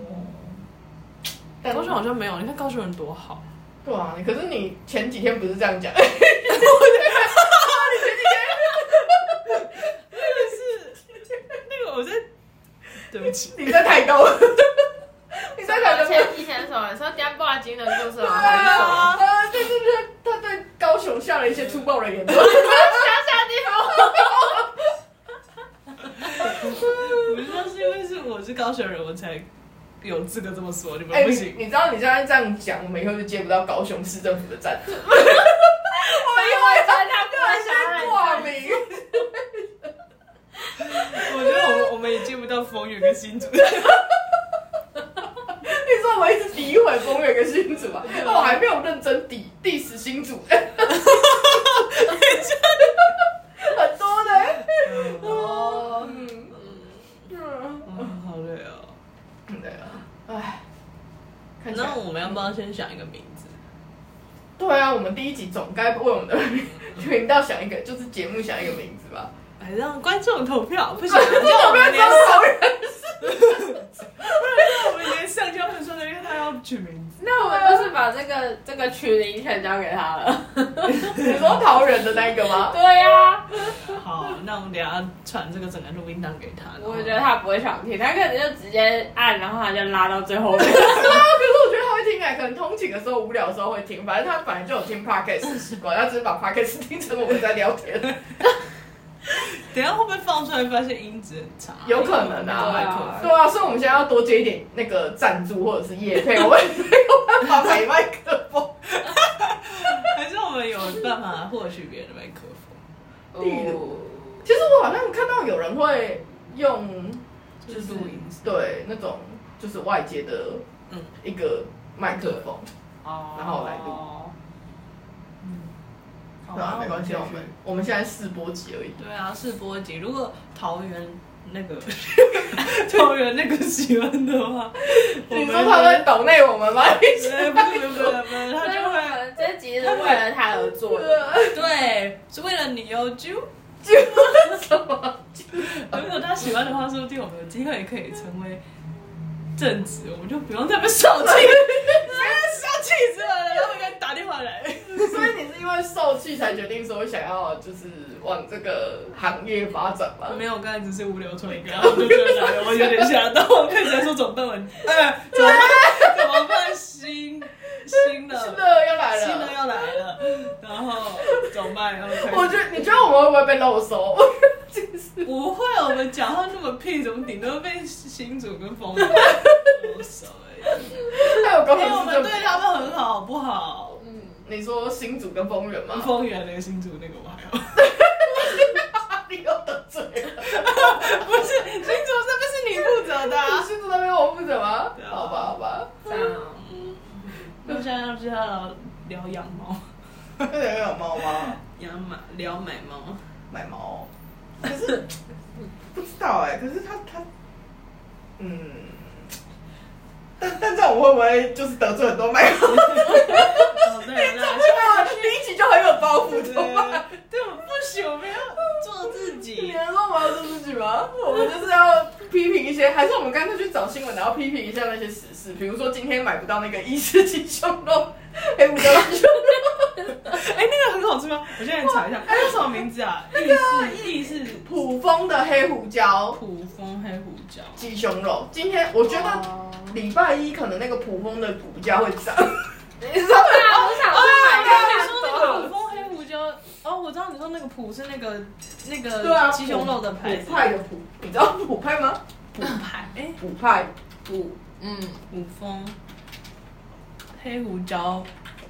[SPEAKER 2] 但
[SPEAKER 1] 高雄好像没有，你看高雄人多好。
[SPEAKER 2] 对啊，可是你前几天不是这样讲？你前几天
[SPEAKER 1] 那个我在，对不起，
[SPEAKER 2] 你在台东，你在台东。
[SPEAKER 3] 前几天什么？你说颠簸金的故事
[SPEAKER 2] 对
[SPEAKER 3] 吗？
[SPEAKER 2] 啊，呃，对对对，他对高雄下了一些粗暴的言论。
[SPEAKER 3] 乡下地方，
[SPEAKER 1] 我不知道是因为是我是高雄人，我才有资格这么说，你
[SPEAKER 2] 哎、
[SPEAKER 1] 们不
[SPEAKER 2] 你
[SPEAKER 1] 行。
[SPEAKER 2] 你知道你现在这样讲，我们以后就接不到高雄市政府的赞助，
[SPEAKER 3] 我以为他个人想要
[SPEAKER 2] 先
[SPEAKER 3] 来
[SPEAKER 2] 挂
[SPEAKER 3] 看
[SPEAKER 2] 名。
[SPEAKER 1] 我觉得我们我们也见不到风远跟新竹。
[SPEAKER 2] 你说我一直诋毁公园跟新主 吧，那哦我还没有认真抵 diss 新 主，很多的、哦，嗯嗯，
[SPEAKER 1] 嗯，好累哦。
[SPEAKER 2] 对啊，哎，看起来
[SPEAKER 1] 那我们要不要先想一个名字？
[SPEAKER 2] 对啊，我们第一集总该为我们的频道想一个，就是节目想一个名字吧。
[SPEAKER 1] 还是哎让观众投票？不行，
[SPEAKER 2] 这种
[SPEAKER 1] 我
[SPEAKER 2] 不
[SPEAKER 1] 们
[SPEAKER 2] 要
[SPEAKER 1] 连
[SPEAKER 2] 招熟人，
[SPEAKER 1] 我们连上交很顺的，因为他要取名字。
[SPEAKER 3] 那我们就是把这个这个取名权交给他了。
[SPEAKER 2] 你说桃人的那个 吗？
[SPEAKER 3] 对啊呀、
[SPEAKER 1] 好，那我们等一下传这个整个录音档给他。然后
[SPEAKER 3] 我觉得他不会想听，他可能就直接按，然后他就拉到最后面。
[SPEAKER 2] 对啊，可是我觉得他会听哎，可能通勤的时候、无聊的时候会听，反正他本来就有听 podcast 的习惯，他只是把 podcast 听成我们在聊天。
[SPEAKER 1] 等一下会不会放出来发现音质很差？
[SPEAKER 2] 有可能啊
[SPEAKER 1] 对啊
[SPEAKER 2] 对啊，所以我们现在要多接一点那个赞助或者是业配，我们没有办法买麦克 风。
[SPEAKER 1] 还是我们有办法获取别人的麦克风，
[SPEAKER 2] 例如其实我好像看到有人会用，
[SPEAKER 1] 就是录音室。
[SPEAKER 2] 对那种就是外接的，
[SPEAKER 1] 嗯
[SPEAKER 2] 一个麦克风，
[SPEAKER 3] 哦
[SPEAKER 2] 然后来录
[SPEAKER 1] 好
[SPEAKER 2] 对啊，没关系，
[SPEAKER 1] 那
[SPEAKER 2] 我
[SPEAKER 1] 们
[SPEAKER 2] 们
[SPEAKER 1] 继续
[SPEAKER 2] 我们现在试播集而已。
[SPEAKER 1] 对啊，试播集。如果桃园那个 桃园那个喜欢的话，
[SPEAKER 2] 你说他会抖内我 们吗？
[SPEAKER 1] 不是不是不是，不是他
[SPEAKER 3] 所以
[SPEAKER 1] 就
[SPEAKER 3] 我
[SPEAKER 1] 会
[SPEAKER 3] 们这集是为了他而做的。
[SPEAKER 1] 对，是为了你有啾。
[SPEAKER 2] 什么？
[SPEAKER 1] 如果他喜欢的话，说不定我们有机会可以成为正职，我们就不用这么受气，受气死我了。然后给打电话来，
[SPEAKER 2] 所以你是因为受气才决定说想要就是往这个行业发展吗？
[SPEAKER 1] 没有，我刚才只是无聊出一个，然后我就觉得来了，我有点吓到，我看起来说怎么办？我哎，怎么办？怎么办？新新
[SPEAKER 2] 新
[SPEAKER 1] 的
[SPEAKER 2] 的要来了，
[SPEAKER 1] 新的要来了，然后怎么办？然后开始
[SPEAKER 2] 我觉得你觉得我们会不会被漏收？
[SPEAKER 1] 不会，我们讲话那么屁，怎么顶多被新主跟风 我手而已。
[SPEAKER 2] 还有高
[SPEAKER 1] 因为我
[SPEAKER 2] 雄市
[SPEAKER 1] 们
[SPEAKER 2] 政府
[SPEAKER 1] 对，他们很好，好不好？
[SPEAKER 3] 嗯，
[SPEAKER 2] 你说新竹跟丰原吗？
[SPEAKER 1] 丰原那个新竹那个我还好，
[SPEAKER 2] 你又得罪了，
[SPEAKER 1] 不是新竹这不是你负责的、啊。
[SPEAKER 2] 新竹那边我负责吗
[SPEAKER 1] 对？啊
[SPEAKER 2] 好吧，好吧，
[SPEAKER 3] 这样哦。
[SPEAKER 1] 那我现在要知道聊养猫，
[SPEAKER 2] 那两 个有猫吗？
[SPEAKER 1] 养马聊买猫，哦
[SPEAKER 2] 买猫，可是不知道哎、可是他他，嗯，但但这样我会不会就是得罪很多买猫？
[SPEAKER 1] 哦对啦，
[SPEAKER 2] 第一集就很有包袱，
[SPEAKER 1] 对啊
[SPEAKER 2] 怎么 办？
[SPEAKER 1] 对，我不行，我们要做自
[SPEAKER 2] 你
[SPEAKER 1] 己。
[SPEAKER 2] 能说我们要做自己吗？我们就是要批评一些，还是我们干脆去找新闻，然后批评一下那些时事，比如说今天买不到那个伊斯鸡胸肉，黑五角大胸
[SPEAKER 1] 哎、那个很好吃吗？我现在查一下，哎、那什么名字啊？意式意式
[SPEAKER 2] 普丰的黑胡椒
[SPEAKER 1] 普风黑胡椒。
[SPEAKER 2] 鸡胸肉。今天我觉得礼拜一可能那个普丰的股价会涨，
[SPEAKER 3] 你说吧，我想
[SPEAKER 1] 啊，你
[SPEAKER 3] 说
[SPEAKER 1] 说
[SPEAKER 3] 买
[SPEAKER 1] 那
[SPEAKER 3] 个
[SPEAKER 1] 个普风黑胡椒，哦，我知道你说那个普是那个那
[SPEAKER 2] 啊
[SPEAKER 1] 个鸡胸肉的牌子，
[SPEAKER 2] 普派的普，你知道普派吗？
[SPEAKER 1] 普牌，哎，
[SPEAKER 2] 普派
[SPEAKER 3] 补，嗯，
[SPEAKER 1] 普风黑胡椒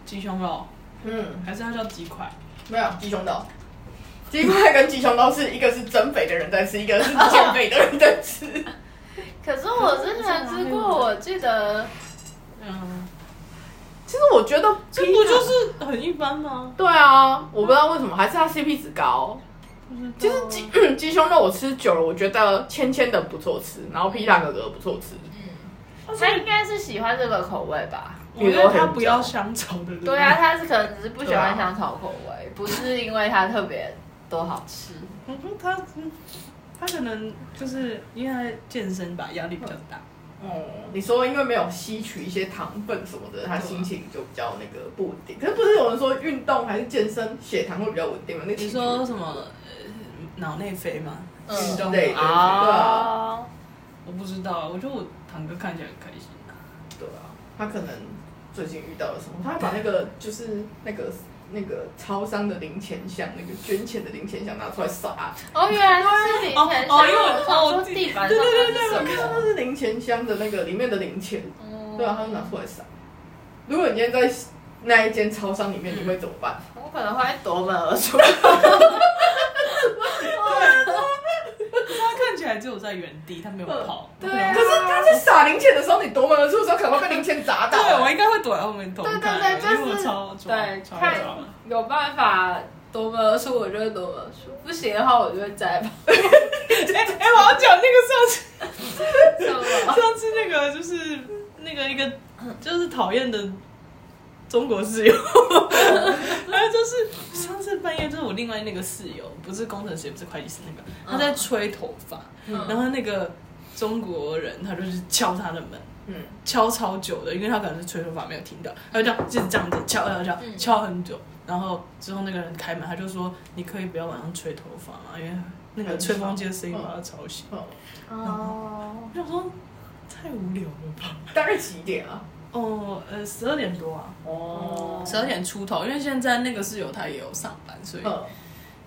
[SPEAKER 1] 鸡胸肉，
[SPEAKER 2] 嗯，
[SPEAKER 1] 还是它叫鸡块？
[SPEAKER 2] 没有鸡胸肉。鸡块跟鸡胸肉是一个是增肥的人在吃，一个是减肥的人在吃。
[SPEAKER 3] 可是我之前吃过，我记得
[SPEAKER 1] 嗯，
[SPEAKER 2] 其实我觉得
[SPEAKER 1] 这不就是很一般吗？
[SPEAKER 2] 对啊，我不知道为什么，还是它 CP 值高。
[SPEAKER 1] 就
[SPEAKER 2] 就是是鸡嗯鸡胸肉我吃久了，我觉得芊芊的不错吃，然后皮蛋哥哥不错吃。
[SPEAKER 3] 他应该是喜欢这个口味吧。
[SPEAKER 1] 我觉得它不要香草的，
[SPEAKER 3] 对啊，，他是可能只是不喜欢香草口味，不是因为它特别多好吃。
[SPEAKER 1] 嗯哼，他嗯他可能就是因为他健身吧，压力比较大。
[SPEAKER 2] 哦、你说因为没有吸取一些糖分什么的，他心情就比较那个不稳定。可是不是有人说运动还是健身血糖会比较稳定吗？那
[SPEAKER 1] 你说什么呃脑内啡吗？
[SPEAKER 3] 嗯
[SPEAKER 1] 运动
[SPEAKER 2] 对
[SPEAKER 1] 啊，
[SPEAKER 2] 啊，
[SPEAKER 3] 哦
[SPEAKER 1] 我不知道，我觉得我堂哥看起来很开心啊。
[SPEAKER 2] 对啊，他可能最近遇到了什么，他把那个就是那个那个超商的零钱箱，那个捐钱的零钱箱拿出来撒。
[SPEAKER 3] 哦，原来是以前
[SPEAKER 1] 哦哦因为我
[SPEAKER 3] 想说地板
[SPEAKER 1] 对
[SPEAKER 3] 上
[SPEAKER 1] 对对对
[SPEAKER 3] 是
[SPEAKER 2] 看
[SPEAKER 3] 什
[SPEAKER 2] 到
[SPEAKER 3] 么
[SPEAKER 2] 那是零钱箱的那个里面的零钱，
[SPEAKER 3] 嗯
[SPEAKER 2] 对啊，他就拿出来撒。如果你今天在那一间超商里面，你会怎么办？
[SPEAKER 3] 我可能会夺门而出。
[SPEAKER 1] 他看还只有在原地，他没有跑。
[SPEAKER 3] 对啊
[SPEAKER 2] 可是他在撒零钱的时候，你夺门而出的时候，可能会被零钱砸到。
[SPEAKER 1] 对，我应该会躲在后面偷看。
[SPEAKER 3] 对对对就是
[SPEAKER 1] 因为我超抓
[SPEAKER 3] 对，
[SPEAKER 1] 超
[SPEAKER 3] 看
[SPEAKER 1] 抓
[SPEAKER 3] 有办法夺门而出，我就会夺门而出；不行的话，我就会摘吧。
[SPEAKER 1] 哎哎，我要讲那个上次。
[SPEAKER 3] 什么？
[SPEAKER 1] 上次那个就是那个一个就是讨厌的中国 室友，还有就是上次半夜就是我另外那个室友，不是工程师也不是会计师那个，他在吹头发，
[SPEAKER 3] 嗯
[SPEAKER 1] 然后那个中国人他就是敲他的门。
[SPEAKER 2] 嗯，
[SPEAKER 1] 敲超久的，因为他可能是吹头发没有听到，他就这样一直这样子敲敲敲
[SPEAKER 3] 嗯
[SPEAKER 1] 敲很久，然后之后那个人开门，他就说你可以不要晚上吹头发嘛，因为那个吹风机的声音把他吵醒。
[SPEAKER 2] 哦
[SPEAKER 3] 哦，
[SPEAKER 1] 我想说太无聊了吧。
[SPEAKER 2] 大概几点啊？
[SPEAKER 1] 哦，呃，十二点多啊，
[SPEAKER 2] 哦，
[SPEAKER 1] 十二点出头，因为现在那个室友他也有上班，所以、
[SPEAKER 2] 嗯，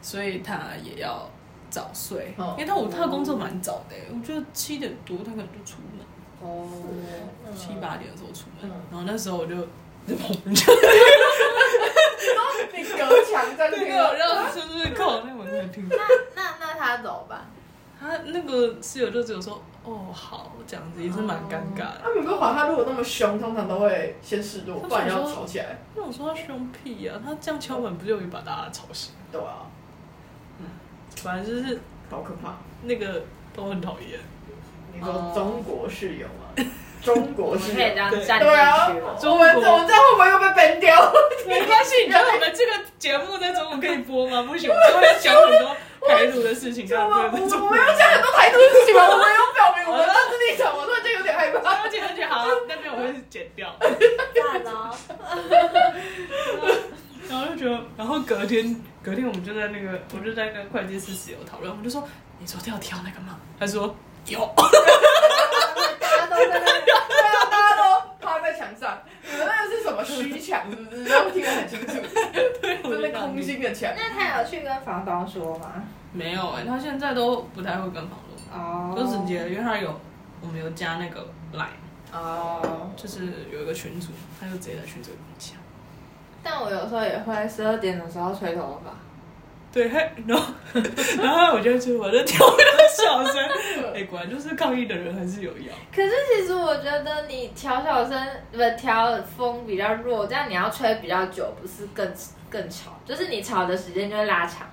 [SPEAKER 1] 所以他也要早睡，
[SPEAKER 2] 嗯
[SPEAKER 1] 因为他我他的工作蛮早的欸，我觉得七点多他可能就出门，
[SPEAKER 3] 哦，
[SPEAKER 1] 七八点的时候出门，
[SPEAKER 2] 嗯
[SPEAKER 1] 然后那时候 我就。
[SPEAKER 2] 你隔墙在
[SPEAKER 1] 那
[SPEAKER 2] 听
[SPEAKER 1] 个让就是靠那门口听到，
[SPEAKER 3] 那那那他走吧。
[SPEAKER 1] 他那个室友就只有说哦好这样子，也是蛮尴尬的。
[SPEAKER 2] 他们不管他如果那么凶，通常都会先示弱，不然要吵起来。
[SPEAKER 1] 那我说他凶屁呀、他这样敲门不就容易把大家吵醒？
[SPEAKER 2] 对啊，
[SPEAKER 1] 反正就是
[SPEAKER 2] 好可怕！
[SPEAKER 1] 那个都很讨厌。
[SPEAKER 2] 你
[SPEAKER 1] 哦
[SPEAKER 2] 说中国室友吗？中
[SPEAKER 3] 我
[SPEAKER 2] 国
[SPEAKER 3] 们可
[SPEAKER 2] 室
[SPEAKER 3] 以
[SPEAKER 2] 友
[SPEAKER 3] 这。样
[SPEAKER 1] 对
[SPEAKER 3] 站进
[SPEAKER 2] 对啊，
[SPEAKER 3] 去吗？
[SPEAKER 2] 我们我们这样会不会又被崩掉？
[SPEAKER 1] 没关系，你觉得我们这个节目在中国可以播吗？不行，我们会讲很多台独的事情，
[SPEAKER 2] 我
[SPEAKER 1] 让
[SPEAKER 2] 们
[SPEAKER 1] 不能在中
[SPEAKER 2] 我
[SPEAKER 1] 国
[SPEAKER 2] 们。要讲很多台独的事情吗？我们有表明我们当时立场，我突然间有点害怕。
[SPEAKER 1] 而且而且好，那边我会剪掉。
[SPEAKER 3] 站哦。
[SPEAKER 1] 然后就觉得，然后隔天隔天我们就在那个，我就在跟会计师室友讨论，我们就说你昨天有挑那个吗？他说有，
[SPEAKER 3] 大家都在那里
[SPEAKER 2] 对啊，大家都趴在墙上，你们那个是什么虚墙，是不是？让我听得很清楚，真的空心的墙。
[SPEAKER 3] 那他有去跟房东说吗？
[SPEAKER 1] 没有哎、他现在都不太会跟房东，
[SPEAKER 3] 哦，
[SPEAKER 1] 都直接，因为他有我们有加那个 line，
[SPEAKER 2] 哦，
[SPEAKER 1] 就是有一个群组，他就直接在群组里面讲。
[SPEAKER 3] 但我有时候也会十二点的时候吹头发。
[SPEAKER 1] 对，他然后 然后我就觉得我在调那个小声， 哎、果然就是抗议的人还是有要。
[SPEAKER 3] 可是其实我觉得你调小声，不调风比较弱，这样你要吹比较久，不是更更吵？就是你吵的时间就会拉长。
[SPEAKER 1] 啊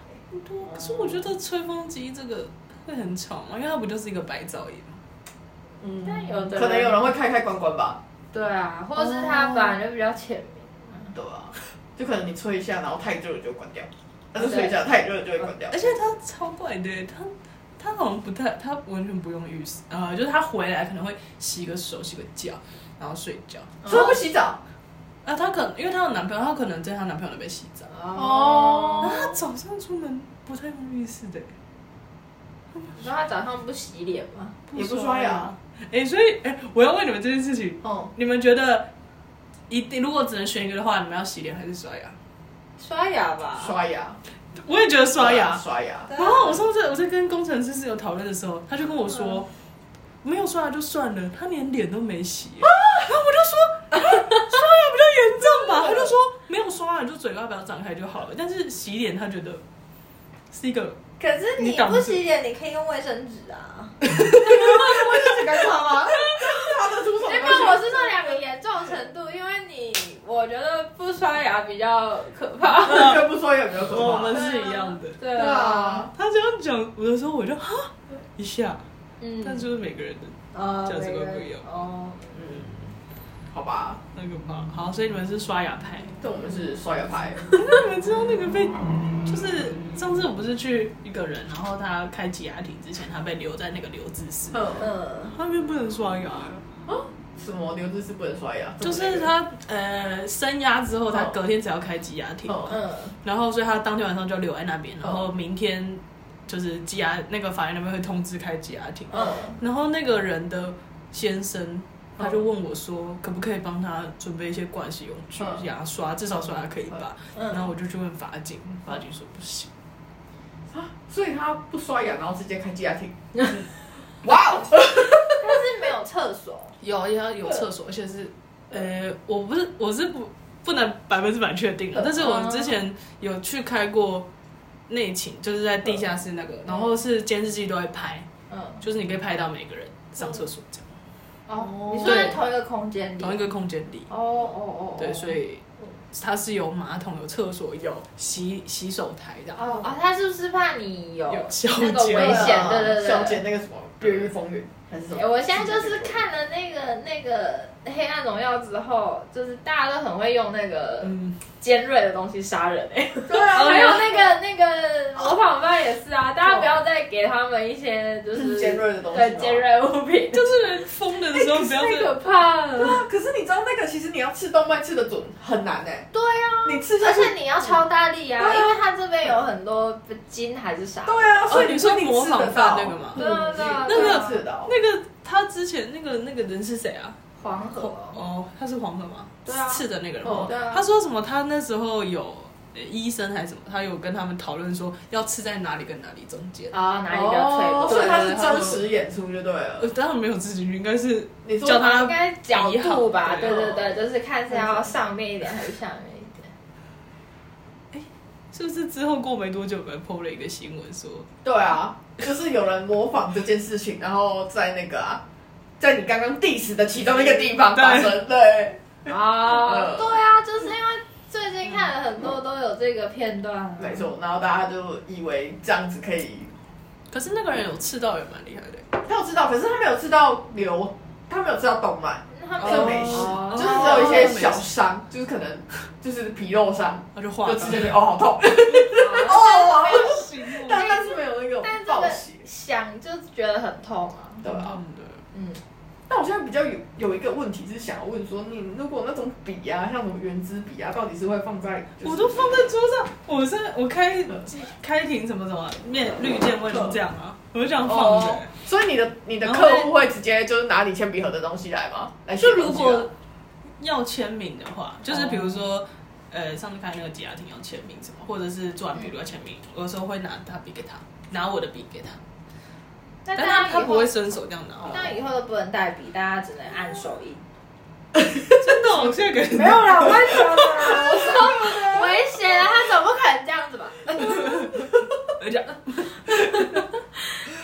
[SPEAKER 1] 可是我觉得吹风机这个会很吵嘛，因为它不就是一个白噪音吗？
[SPEAKER 2] 嗯
[SPEAKER 3] 但有的
[SPEAKER 2] 可能有人会开开关关吧。
[SPEAKER 3] 对啊，或者是它本来就比较浅明。
[SPEAKER 2] 对啊，就可能你吹一下，然后太热了就关掉，但是吹一下太热了就会关掉
[SPEAKER 1] 而。且它超怪的，欸它它好像不太，它完全不用浴室，呃，就是它回来可能会洗个手、洗个脚，然后睡觉。
[SPEAKER 2] 所以不洗澡，
[SPEAKER 1] 啊，她可能因为她有男朋友，她可能在她男朋友那边洗澡。
[SPEAKER 3] 啊
[SPEAKER 1] 然
[SPEAKER 2] 哦
[SPEAKER 1] 后她早上出门不太用浴室的，
[SPEAKER 3] 你说他早上不洗脸吗？
[SPEAKER 2] 也不刷牙。
[SPEAKER 1] 哎、所以哎、我要问你们这件事情，
[SPEAKER 2] 嗯，
[SPEAKER 1] 你们觉得一定如果只能选一个的话，你们要洗脸还是刷牙？
[SPEAKER 3] 刷牙吧。哦
[SPEAKER 2] 刷牙，
[SPEAKER 1] 我也觉得刷牙。
[SPEAKER 2] 刷牙。
[SPEAKER 1] 然后我上次我在跟工程师室友讨论的时候，他就跟我说，没有刷牙就算了，他连脸都没洗。然后我 就说，啊刷牙比较严重吧？他就说没有刷牙啊就嘴巴不要张开就好了，但是洗脸他觉得是一个
[SPEAKER 3] 可是
[SPEAKER 1] 你
[SPEAKER 3] 你
[SPEAKER 1] 懂
[SPEAKER 3] 不洗脸，你可以用卫生纸啊。
[SPEAKER 2] 我就是啊该擦吗？擦得出什么？
[SPEAKER 3] 因为我是说两个严重程度，因为你我觉得不刷牙比较可怕。
[SPEAKER 2] 全部刷牙比较可怕。
[SPEAKER 1] 哦我们是一样的。
[SPEAKER 3] 对
[SPEAKER 2] 对啊，，
[SPEAKER 1] 他这样讲我的时候，我就哈一下，
[SPEAKER 3] 嗯，
[SPEAKER 1] 但就是每个人的
[SPEAKER 3] 啊
[SPEAKER 1] 价值观
[SPEAKER 3] 每个人
[SPEAKER 1] 不一样
[SPEAKER 3] 哦。
[SPEAKER 2] 嗯，好吧，
[SPEAKER 1] 那个吧。好，所以你们是刷牙派。
[SPEAKER 2] 但我们是刷牙派。
[SPEAKER 1] 那你们知道那个被，就是上次我不是去一个人，然后他开解压亭之前，他被留在那个留置室，
[SPEAKER 2] 嗯，
[SPEAKER 3] 嗯，
[SPEAKER 1] 他那边不能刷牙，
[SPEAKER 2] 什么刘志是不能刷牙？
[SPEAKER 1] 就是他呃升压之后，他隔天只要开解压亭，
[SPEAKER 2] 哦
[SPEAKER 3] 嗯，
[SPEAKER 1] 然后所以他当天晚上就留在那边，然后明天就是羁押那个法院那边会通知开羁押庭，
[SPEAKER 2] 嗯
[SPEAKER 1] 然后那个人的先生。他就问我说，可不可以帮他准备一些盥洗用具、
[SPEAKER 2] 嗯
[SPEAKER 1] 牙刷，至少刷牙可以吧？
[SPEAKER 3] 嗯
[SPEAKER 1] 然后我就去问法警，法警说不行。
[SPEAKER 2] 啊，所以他不刷牙，然后直接开机牙 厅。哇哦！
[SPEAKER 3] 但是没有厕所。
[SPEAKER 1] 有要有厕所，而且是，呃，我不是我是不不能百分之百确定的，但是我之前嗯有去开过内勤，就是在地下室那个，然后是监视器都会拍，
[SPEAKER 3] 嗯，
[SPEAKER 1] 就是你可以拍到每个人上厕所这样，
[SPEAKER 3] 哦，你说在同一个空间里，
[SPEAKER 1] 同一个空间里。
[SPEAKER 3] 哦哦哦，
[SPEAKER 1] 对，所以它是有马桶、有厕所、有洗洗手台的，
[SPEAKER 3] 哦哦，他是不是怕你有
[SPEAKER 1] 有小
[SPEAKER 3] 那个
[SPEAKER 1] 姐
[SPEAKER 3] 危险？
[SPEAKER 2] 啊
[SPEAKER 3] 对对对，
[SPEAKER 2] 小姐那个什么《越狱风云》还是什
[SPEAKER 3] 欸
[SPEAKER 2] 么？
[SPEAKER 3] 我现在就是
[SPEAKER 1] 啊
[SPEAKER 3] 看了那个那个《黑暗荣耀》之后，就是大家都很会用那个
[SPEAKER 1] 嗯，哦
[SPEAKER 3] 尖锐的东西杀人哎、
[SPEAKER 2] 对啊，
[SPEAKER 3] 还有那个那个模仿犯也是啊，大家不要再给他们一些就是是
[SPEAKER 2] 尖锐的东西吗
[SPEAKER 3] 对尖锐物品，
[SPEAKER 1] 就是人疯了的时候不要
[SPEAKER 3] 太可
[SPEAKER 1] 再
[SPEAKER 3] 怕 了。
[SPEAKER 2] 啊，可是你知道那个其实你要吃动脉吃的准很难哎，
[SPEAKER 3] 对啊，
[SPEAKER 2] 你吃下
[SPEAKER 3] 而
[SPEAKER 2] 去，
[SPEAKER 3] 且你要超大力啊，
[SPEAKER 2] 对啊
[SPEAKER 3] 因为它这边有很多筋还是啥。
[SPEAKER 2] 对啊，所以
[SPEAKER 1] 哦你
[SPEAKER 2] 说
[SPEAKER 1] 说
[SPEAKER 2] 你
[SPEAKER 1] 模
[SPEAKER 2] 吃得
[SPEAKER 1] 仿犯
[SPEAKER 2] 到
[SPEAKER 1] 那个吗
[SPEAKER 3] 对啊对啊
[SPEAKER 2] 那
[SPEAKER 1] 对啊
[SPEAKER 2] 个吃得到，
[SPEAKER 1] 那个他之前那个那个人是谁啊？
[SPEAKER 3] 黄河
[SPEAKER 1] 哦，他是黄河吗？
[SPEAKER 3] 对啊
[SPEAKER 1] 刺的那个人
[SPEAKER 2] 哦
[SPEAKER 1] 吗。
[SPEAKER 3] 对啊
[SPEAKER 1] 他说什么？他那时候有呃医生还是什么？他有跟他们讨论说要刺在哪里跟哪里中间。
[SPEAKER 3] 啊，哪里比较脆
[SPEAKER 2] 哦，
[SPEAKER 3] 弱？
[SPEAKER 2] 所以它
[SPEAKER 1] 对
[SPEAKER 2] 是
[SPEAKER 1] 对对
[SPEAKER 2] 真实演出就对了
[SPEAKER 1] 呃，。当然没有自己应该是
[SPEAKER 2] 你说
[SPEAKER 1] 叫他
[SPEAKER 3] 应该角度吧，
[SPEAKER 1] 比
[SPEAKER 3] 对哦嗯
[SPEAKER 1] 好
[SPEAKER 3] 对对，就是看是要上面一点还是下面一点。
[SPEAKER 1] 是不是之后过没多久，我们 PO 了一个新闻说，
[SPEAKER 2] 对啊，就是有人模仿这件事情，然后在那个啊，在你刚刚 diss 的其中一个地方发生，对，
[SPEAKER 3] 啊，
[SPEAKER 2] 嗯
[SPEAKER 3] 对啊，就是因为最近看了很多都有这个片段啊，
[SPEAKER 2] 没错。然后大家就以为这样子可以，
[SPEAKER 1] 可是那个人有刺到也蛮厉害的。
[SPEAKER 2] 他有吃到，可是他没有吃到流，他没有吃到动脉，
[SPEAKER 3] 他
[SPEAKER 2] 这
[SPEAKER 3] 们
[SPEAKER 2] 个
[SPEAKER 1] 哦
[SPEAKER 2] 没事，
[SPEAKER 3] 哦
[SPEAKER 2] 就是只有一些小伤，就是可能就是皮肉伤，
[SPEAKER 1] 他就画
[SPEAKER 2] 就
[SPEAKER 1] 了。
[SPEAKER 2] 吃进 去哦好痛，
[SPEAKER 3] 哦，
[SPEAKER 2] 但但是没有那个
[SPEAKER 3] 但这
[SPEAKER 2] 暴
[SPEAKER 3] 个
[SPEAKER 2] 血，
[SPEAKER 3] 想就觉得很痛啊，
[SPEAKER 2] 对啊。
[SPEAKER 1] 嗯对
[SPEAKER 3] 嗯，
[SPEAKER 2] 但我现在比较有有一个问题是想要问说，你如果那种笔啊，像什么圆珠笔啊，到底是会放在、就是
[SPEAKER 1] 我都放在桌上，我在我开开庭什么什么面绿键位就这样啊，我就这样放着、
[SPEAKER 2] 哦，所以你的你的客户会直接就是拿你铅笔盒的东西来吗？来写
[SPEAKER 1] 就
[SPEAKER 2] 东西啊
[SPEAKER 1] 如果
[SPEAKER 2] 吗
[SPEAKER 1] 要签名的话，就是比如说，呃，上次开那个吉雅婷要签名什么，或者是做完笔录要签名，我有时候会拿他笔给他，拿我的笔给他，
[SPEAKER 3] 那
[SPEAKER 1] 但
[SPEAKER 3] 大
[SPEAKER 1] 他
[SPEAKER 3] 家
[SPEAKER 1] 他
[SPEAKER 3] 以
[SPEAKER 1] 不
[SPEAKER 3] 后
[SPEAKER 1] 会，伸手这样拿我。哦
[SPEAKER 3] 那以后都不能带笔，大家只能按手印。
[SPEAKER 1] 真的，哦我现在感觉
[SPEAKER 3] 没 有啦，我乱讲的啦，我 说危险啊，他总不可能这样子吧？
[SPEAKER 1] 而且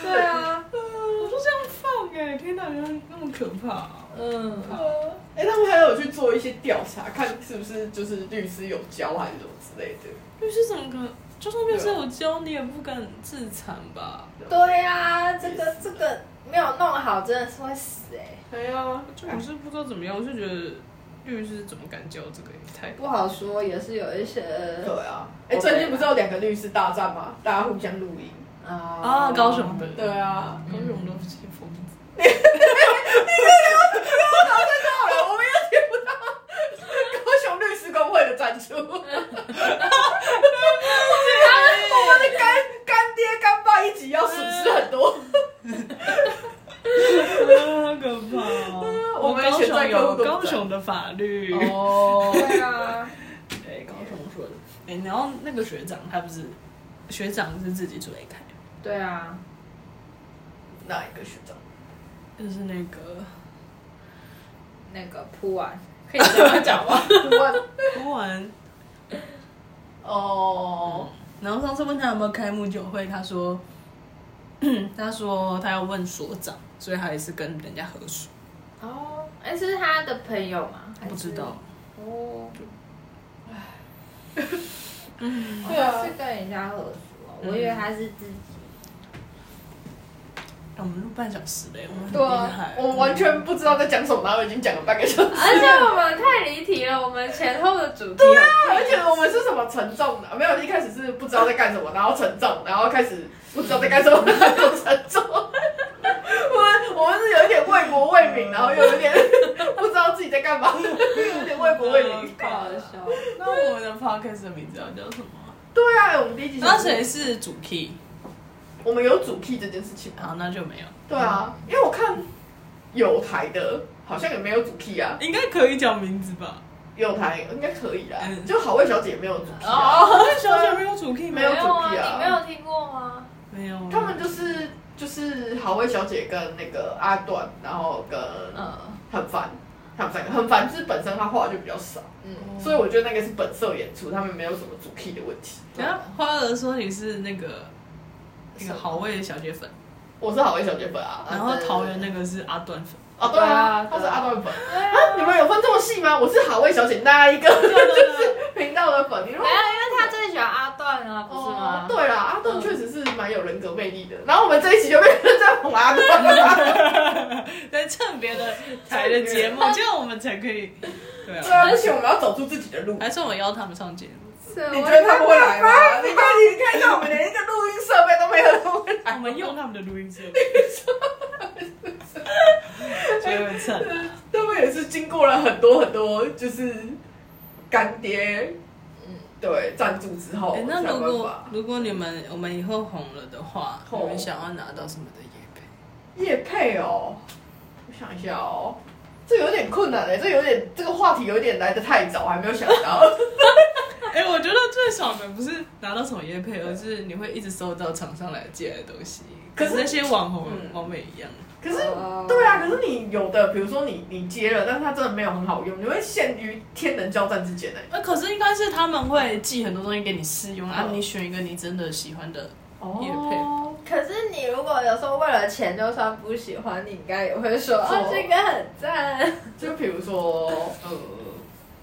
[SPEAKER 3] 对啊，
[SPEAKER 1] 呃我就这样放哎、天哪，原来那么可怕、啊！
[SPEAKER 3] 嗯，
[SPEAKER 2] 呃， 哎、他们还有去做一些调查，看是不是就是律师有教还是什么之类的。
[SPEAKER 1] 律师怎么可能？就算律师有教，你也不敢自残吧？
[SPEAKER 3] 对啊，这个这个没有弄好真的是会死哎、
[SPEAKER 2] 对啊，
[SPEAKER 1] 就我是不知道怎么样，我就觉得律师怎么敢教这个也太……
[SPEAKER 3] 不好说，也是有一些
[SPEAKER 2] 对啊。哎、
[SPEAKER 3] 我
[SPEAKER 2] 最近不是有两个律师大战吗？大家互相录音。
[SPEAKER 3] 啊
[SPEAKER 1] 啊高雄的
[SPEAKER 2] 对啊，
[SPEAKER 1] 高雄都是疯子，
[SPEAKER 2] 到了，我们又听不到高雄律师工会的赞助。我们的干干爹干爸一起要损失很多。
[SPEAKER 1] 好 可 怕、啊
[SPEAKER 2] 我们
[SPEAKER 1] 高
[SPEAKER 2] 现在
[SPEAKER 1] 雄有
[SPEAKER 2] 都不在
[SPEAKER 1] 高雄的法律，
[SPEAKER 2] 哦
[SPEAKER 3] 对啊，
[SPEAKER 1] 对，高雄说的。哎、然后那个学长他不是，学长是自己出来开，
[SPEAKER 3] 对啊，
[SPEAKER 2] 哪一个学长？
[SPEAKER 1] 就是那个
[SPEAKER 3] 那个铺完可以这样讲吗？
[SPEAKER 2] 我
[SPEAKER 1] 哭完，
[SPEAKER 2] 哦，
[SPEAKER 1] 然后上次问他有没有开幕酒会，他说，他说他要问所长，所以他也是跟人家合宿，
[SPEAKER 3] 哦，哎，是他的朋友吗？还是
[SPEAKER 1] 不知道。
[SPEAKER 3] 哦，
[SPEAKER 2] 对啊
[SPEAKER 3] 是，跟人家合作，我以为他是自己。
[SPEAKER 1] 哎我们录半小时嘞，我们很
[SPEAKER 2] 对
[SPEAKER 1] 厉
[SPEAKER 2] 啊
[SPEAKER 1] 害，，
[SPEAKER 2] 我完全不知道在讲什么，然后已经讲了半个小时。
[SPEAKER 3] 而且我们太离题了，我们前后的主题。对啊
[SPEAKER 2] 而且我们是什么沉重的？没有，一开始是不知道在干什么，然后沉重，然后开始不知道在干什么， 然后又沉重。 我们我们是有一点为国为民，然后又有点 不知道自己在干嘛，又有点为国为民。
[SPEAKER 3] 好笑。
[SPEAKER 1] 那我们的 podcast 的名字要叫什么？
[SPEAKER 2] 对啊，我们第一集
[SPEAKER 1] 那谁是主 key？
[SPEAKER 2] 我们有主 key 这件事情吗？
[SPEAKER 1] 好，那就没有，
[SPEAKER 2] 对啊，因为我看有台的，好像也没有主 key 啊。
[SPEAKER 1] 应该可以讲名字吧？
[SPEAKER 2] 有台应该可以啦，
[SPEAKER 1] 嗯
[SPEAKER 2] 就好味小姐没有主 key 啊，
[SPEAKER 1] 哦，小姐没有主 key 吗
[SPEAKER 2] 没
[SPEAKER 3] 没
[SPEAKER 2] 有
[SPEAKER 3] 有啊，
[SPEAKER 2] 主题啊
[SPEAKER 3] 你没有听过吗？
[SPEAKER 1] 没有，啊
[SPEAKER 2] 他们就是就是好味小姐跟那个阿段，然后跟
[SPEAKER 3] 嗯
[SPEAKER 2] 很烦，他们三个很烦，就是本身他话就比较少，
[SPEAKER 3] 嗯，
[SPEAKER 2] 所以我觉得那个是本色演出，他们没有什么主 key 的问题。
[SPEAKER 1] 等一下花儿说你是那个那个好味的小姐粉，
[SPEAKER 2] 我是好味小姐粉啊。
[SPEAKER 1] 然后桃园那个是阿段粉，
[SPEAKER 2] 哦，对啊，
[SPEAKER 3] 对啊
[SPEAKER 2] 他是阿段粉。
[SPEAKER 3] 对啊
[SPEAKER 2] 啊，你们有分这么细吗？我是好味小姐那一个
[SPEAKER 1] 对对对，
[SPEAKER 2] 频道的粉，你如
[SPEAKER 3] 没
[SPEAKER 2] 果
[SPEAKER 3] 有，因为他最喜欢阿段啊，不是
[SPEAKER 2] 哦
[SPEAKER 3] 吗？，
[SPEAKER 2] 对啦，阿段确实是蛮有人格魅力的。然后我们这一集就被认真捧阿段 了。
[SPEAKER 1] 在蹭别的台的节目，这样我们才可以。对
[SPEAKER 2] 对
[SPEAKER 1] 啊，
[SPEAKER 2] 啊，而且我们要走出自己的路。
[SPEAKER 1] 还是我们邀他们上节目，
[SPEAKER 3] 是
[SPEAKER 2] 你觉得他们会来吗？你看，你看一下，我们连一个录音设备都没有。
[SPEAKER 1] 我们用他们的录音设备，所以会哎蹭。
[SPEAKER 2] 他们也是经过了很多很多，就是干爹，嗯，对，赞助之后
[SPEAKER 1] 哎、
[SPEAKER 2] 才
[SPEAKER 1] 那
[SPEAKER 2] 有
[SPEAKER 1] 如
[SPEAKER 2] 办
[SPEAKER 1] 果
[SPEAKER 2] 法。
[SPEAKER 1] 如果你们我们以后红了的话，
[SPEAKER 2] 红
[SPEAKER 1] 你们想要拿到什么的业配？
[SPEAKER 2] 叶配哦，我想一下哦，这有点困难哎、这有点这个话题有点来的太早，还没有想 到。
[SPEAKER 1] 哎、我觉得最爽的不是拿到什么业配，而是你会一直收到厂商来借来的东西，
[SPEAKER 2] 可
[SPEAKER 1] 跟
[SPEAKER 2] 是
[SPEAKER 1] 那些网红
[SPEAKER 2] 嗯
[SPEAKER 1] 网美一样。
[SPEAKER 2] 可是
[SPEAKER 3] 哦，
[SPEAKER 2] 对啊，可是你有的，比如说你你接了，但是它真的没有很好用，你会陷于天人交战之间哎、
[SPEAKER 1] 那、呃可是应该是他们会寄很多东西给你试用，啊，
[SPEAKER 2] 嗯
[SPEAKER 1] 你选一个你真的喜欢的。
[SPEAKER 2] 哦，
[SPEAKER 3] 可是你如果有时候为了钱就算不喜欢，你应该也会说
[SPEAKER 2] 说
[SPEAKER 3] 哦，这个很赞。
[SPEAKER 2] 就比如说呃，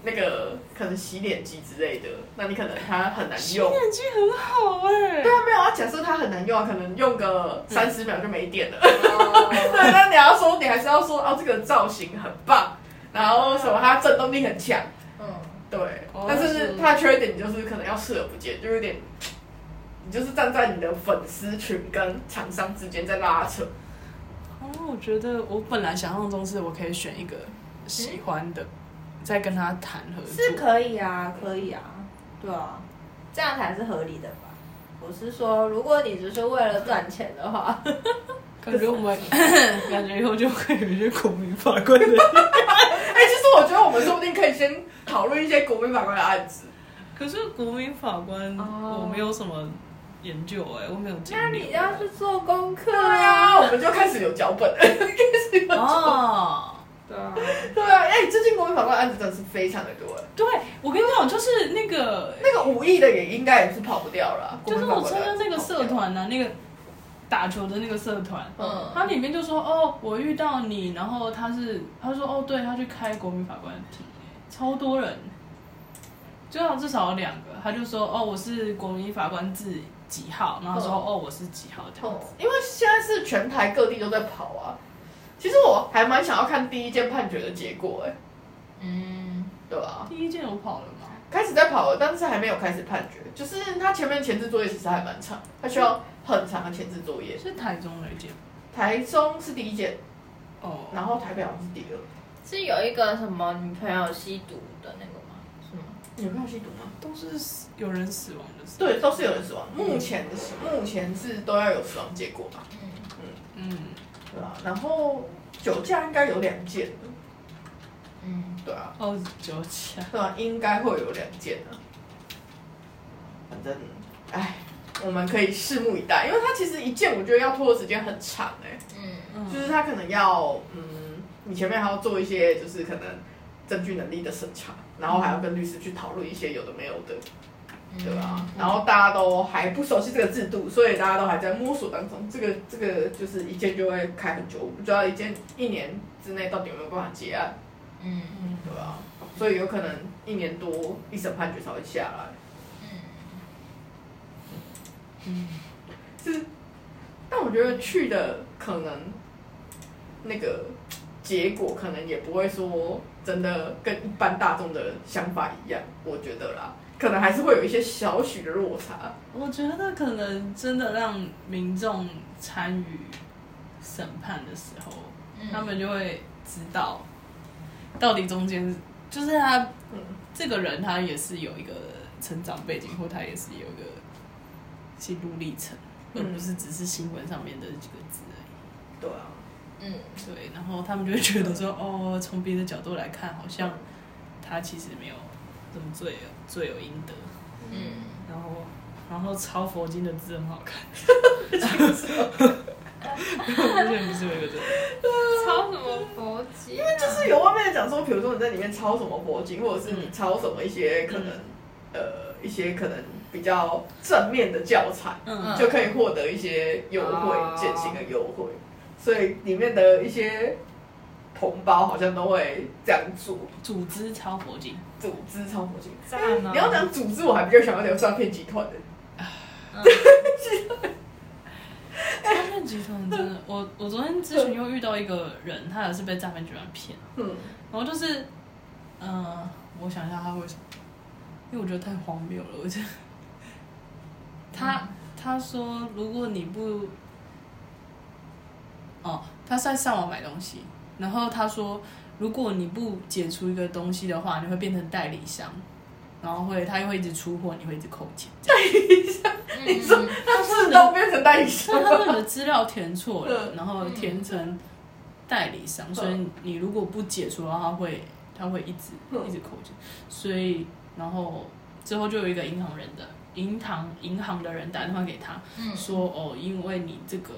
[SPEAKER 2] 那个可能洗脸机之类的，那你可能它很难用。
[SPEAKER 1] 感觉很好哎、
[SPEAKER 2] 对啊，没有啊。假设它很难用啊，可能用个三十秒就没电了。
[SPEAKER 3] 哦
[SPEAKER 2] 对，那你要说，你还是要说，哦，这个造型很棒，然后什么它震动力很强，
[SPEAKER 3] 嗯，
[SPEAKER 2] 对。
[SPEAKER 1] 哦
[SPEAKER 2] 但
[SPEAKER 1] 是
[SPEAKER 2] 是它的缺点就是可能要视而不见，就有点，你就是站在你的粉丝群跟厂商之间在拉扯。
[SPEAKER 1] 哦，我觉得我本来想象中是我可以选一个喜欢的，再跟他谈合作。
[SPEAKER 3] 是可以啊，可以啊，对啊，这样才是合理的吧。我是说，如果你只是为了赚钱的话，
[SPEAKER 1] 感觉我 们感觉以后就会有一些国民法官 的。
[SPEAKER 2] 哎、其实我觉得我们说不定可以先讨论一些国民法官的案子。
[SPEAKER 1] 可是国民法官，
[SPEAKER 3] 哦
[SPEAKER 1] 我没有什么研究哎、我没有经历。
[SPEAKER 3] 那你要去做功课
[SPEAKER 2] 对啊，我们就开始有脚本了，开始有脚
[SPEAKER 1] 哦，
[SPEAKER 3] 对啊，
[SPEAKER 2] 本。对啊，哎、最近国民法官的案子真的是非常的多哎。
[SPEAKER 1] 对，我跟你讲，就是那个，
[SPEAKER 2] 那个武艺的也应该也是跑不掉了，啊
[SPEAKER 1] 就是我参加
[SPEAKER 2] 的
[SPEAKER 1] 那个社，团呢、啊，那个打球的那个社团。
[SPEAKER 2] 嗯，
[SPEAKER 1] 它里面就说哦，我遇到你，然后他是他说哦，对他去开国民法官的庭欸，超多人，就好像至少有两个，他就说哦，我是国民法官自几号，然后他说
[SPEAKER 2] 嗯
[SPEAKER 1] 哦，我是几号这样
[SPEAKER 2] 哦
[SPEAKER 1] 子，
[SPEAKER 2] 因为现在是全台各地都在跑啊。其实我还蛮想要看第一件判决的结果、哎，
[SPEAKER 3] 嗯，
[SPEAKER 2] 对吧、
[SPEAKER 1] 第一件有跑了吗？
[SPEAKER 2] 开始在跑了，但是还没有开始判决，就是他前面前置作业其实还蛮长，他需要很长的前置作业。
[SPEAKER 1] 是台中那一件
[SPEAKER 2] 台中是第一件，
[SPEAKER 1] 哦，
[SPEAKER 2] 然后台北好像是第二。
[SPEAKER 3] 是有一个什么女朋友吸毒的那个吗？是吗？
[SPEAKER 2] 你有看吸毒吗？
[SPEAKER 1] 都是死有人死亡的事。
[SPEAKER 2] 对，都是有人死亡。目前目前是都要有死亡结果嘛，
[SPEAKER 1] 嗯，
[SPEAKER 2] 对吧、然后酒驾应该有两件，
[SPEAKER 3] 嗯，
[SPEAKER 2] 对啊，
[SPEAKER 1] 哦，九甲
[SPEAKER 2] 对啊，应该会有两件啊。反正，哎，我们可以拭目以待，因为它其实一件我觉得要拖的时间很长哎、
[SPEAKER 3] 嗯，
[SPEAKER 1] 嗯
[SPEAKER 2] 就是它可能要，嗯，你前面还要做一些就是可能证据能力的审查，然后还要跟律师去讨论一些有的没有的，对
[SPEAKER 3] 嗯
[SPEAKER 2] 吧？然后大家都还不熟悉这个制度，所以大家都还在摸索当中。这个这个就是一件就会开很久，我不知道一件一年之内到底有没有办法结案。
[SPEAKER 3] 嗯嗯
[SPEAKER 2] 对啊，所以有可能一年多一审判决才会下来。嗯，是，但我觉得去的可能那个结果可能也不会说真的跟一般大众的想法一样，我觉得啦，可能还是会有一些小许的落差。
[SPEAKER 1] 我觉得可能真的让民众参与审判的时候，
[SPEAKER 3] 嗯
[SPEAKER 1] 他们就会知道到底中间就是他
[SPEAKER 2] 嗯，
[SPEAKER 1] 这个人，他也是有一个成长背景，或他也是有一个心路历程，而
[SPEAKER 2] 嗯
[SPEAKER 1] 不是只是新闻上面的几个字而已。
[SPEAKER 2] 对啊，
[SPEAKER 3] 嗯
[SPEAKER 1] 对，然后他们就会觉得说，哦，从别的角度来看，好像他其实没有这么罪有罪有应得。
[SPEAKER 3] 嗯，
[SPEAKER 1] 然后，然后抄佛经的字很好看。之前不是有一个这个
[SPEAKER 3] 抄什么佛经？
[SPEAKER 2] 就是有外面讲说，比如说你在里面抄什么佛经，或者是你抄什么一些可能呃一些可能比较正面的教材，
[SPEAKER 1] 嗯
[SPEAKER 2] 就可以获得一些优惠
[SPEAKER 3] 哦，
[SPEAKER 2] 减薪的优惠。所以里面的一些同胞好像都会这样做，
[SPEAKER 1] 组织超佛经，
[SPEAKER 2] 组织超火箭。
[SPEAKER 1] 赞啊
[SPEAKER 2] 你要讲组织，我还比较想要聊诈骗集团的。
[SPEAKER 1] 诈骗集团真的，我我昨天咨询又遇到一个人，他也是被诈骗集团骗，
[SPEAKER 2] 嗯，
[SPEAKER 1] 然后就是，嗯、我想一下他为什么，因为我觉得太荒谬了，我觉得他他说如果你不，哦，他是在上网买东西，然后他说如果你不解除一个东西的话，你会变成代理商，然后会他又会一直出货，你会一直扣钱，这样
[SPEAKER 3] 你说
[SPEAKER 2] 他自动变成代理商
[SPEAKER 1] 那他们的资料填错了，
[SPEAKER 2] 嗯
[SPEAKER 1] 然后填成代理商，
[SPEAKER 2] 嗯
[SPEAKER 1] 所以你如果不解除的话，他会他会一直
[SPEAKER 2] 嗯
[SPEAKER 1] 一直扣钱，所以然后之后就有一个银行人的银行银行的人打电话给他
[SPEAKER 4] 嗯
[SPEAKER 1] 说，哦，因为你这个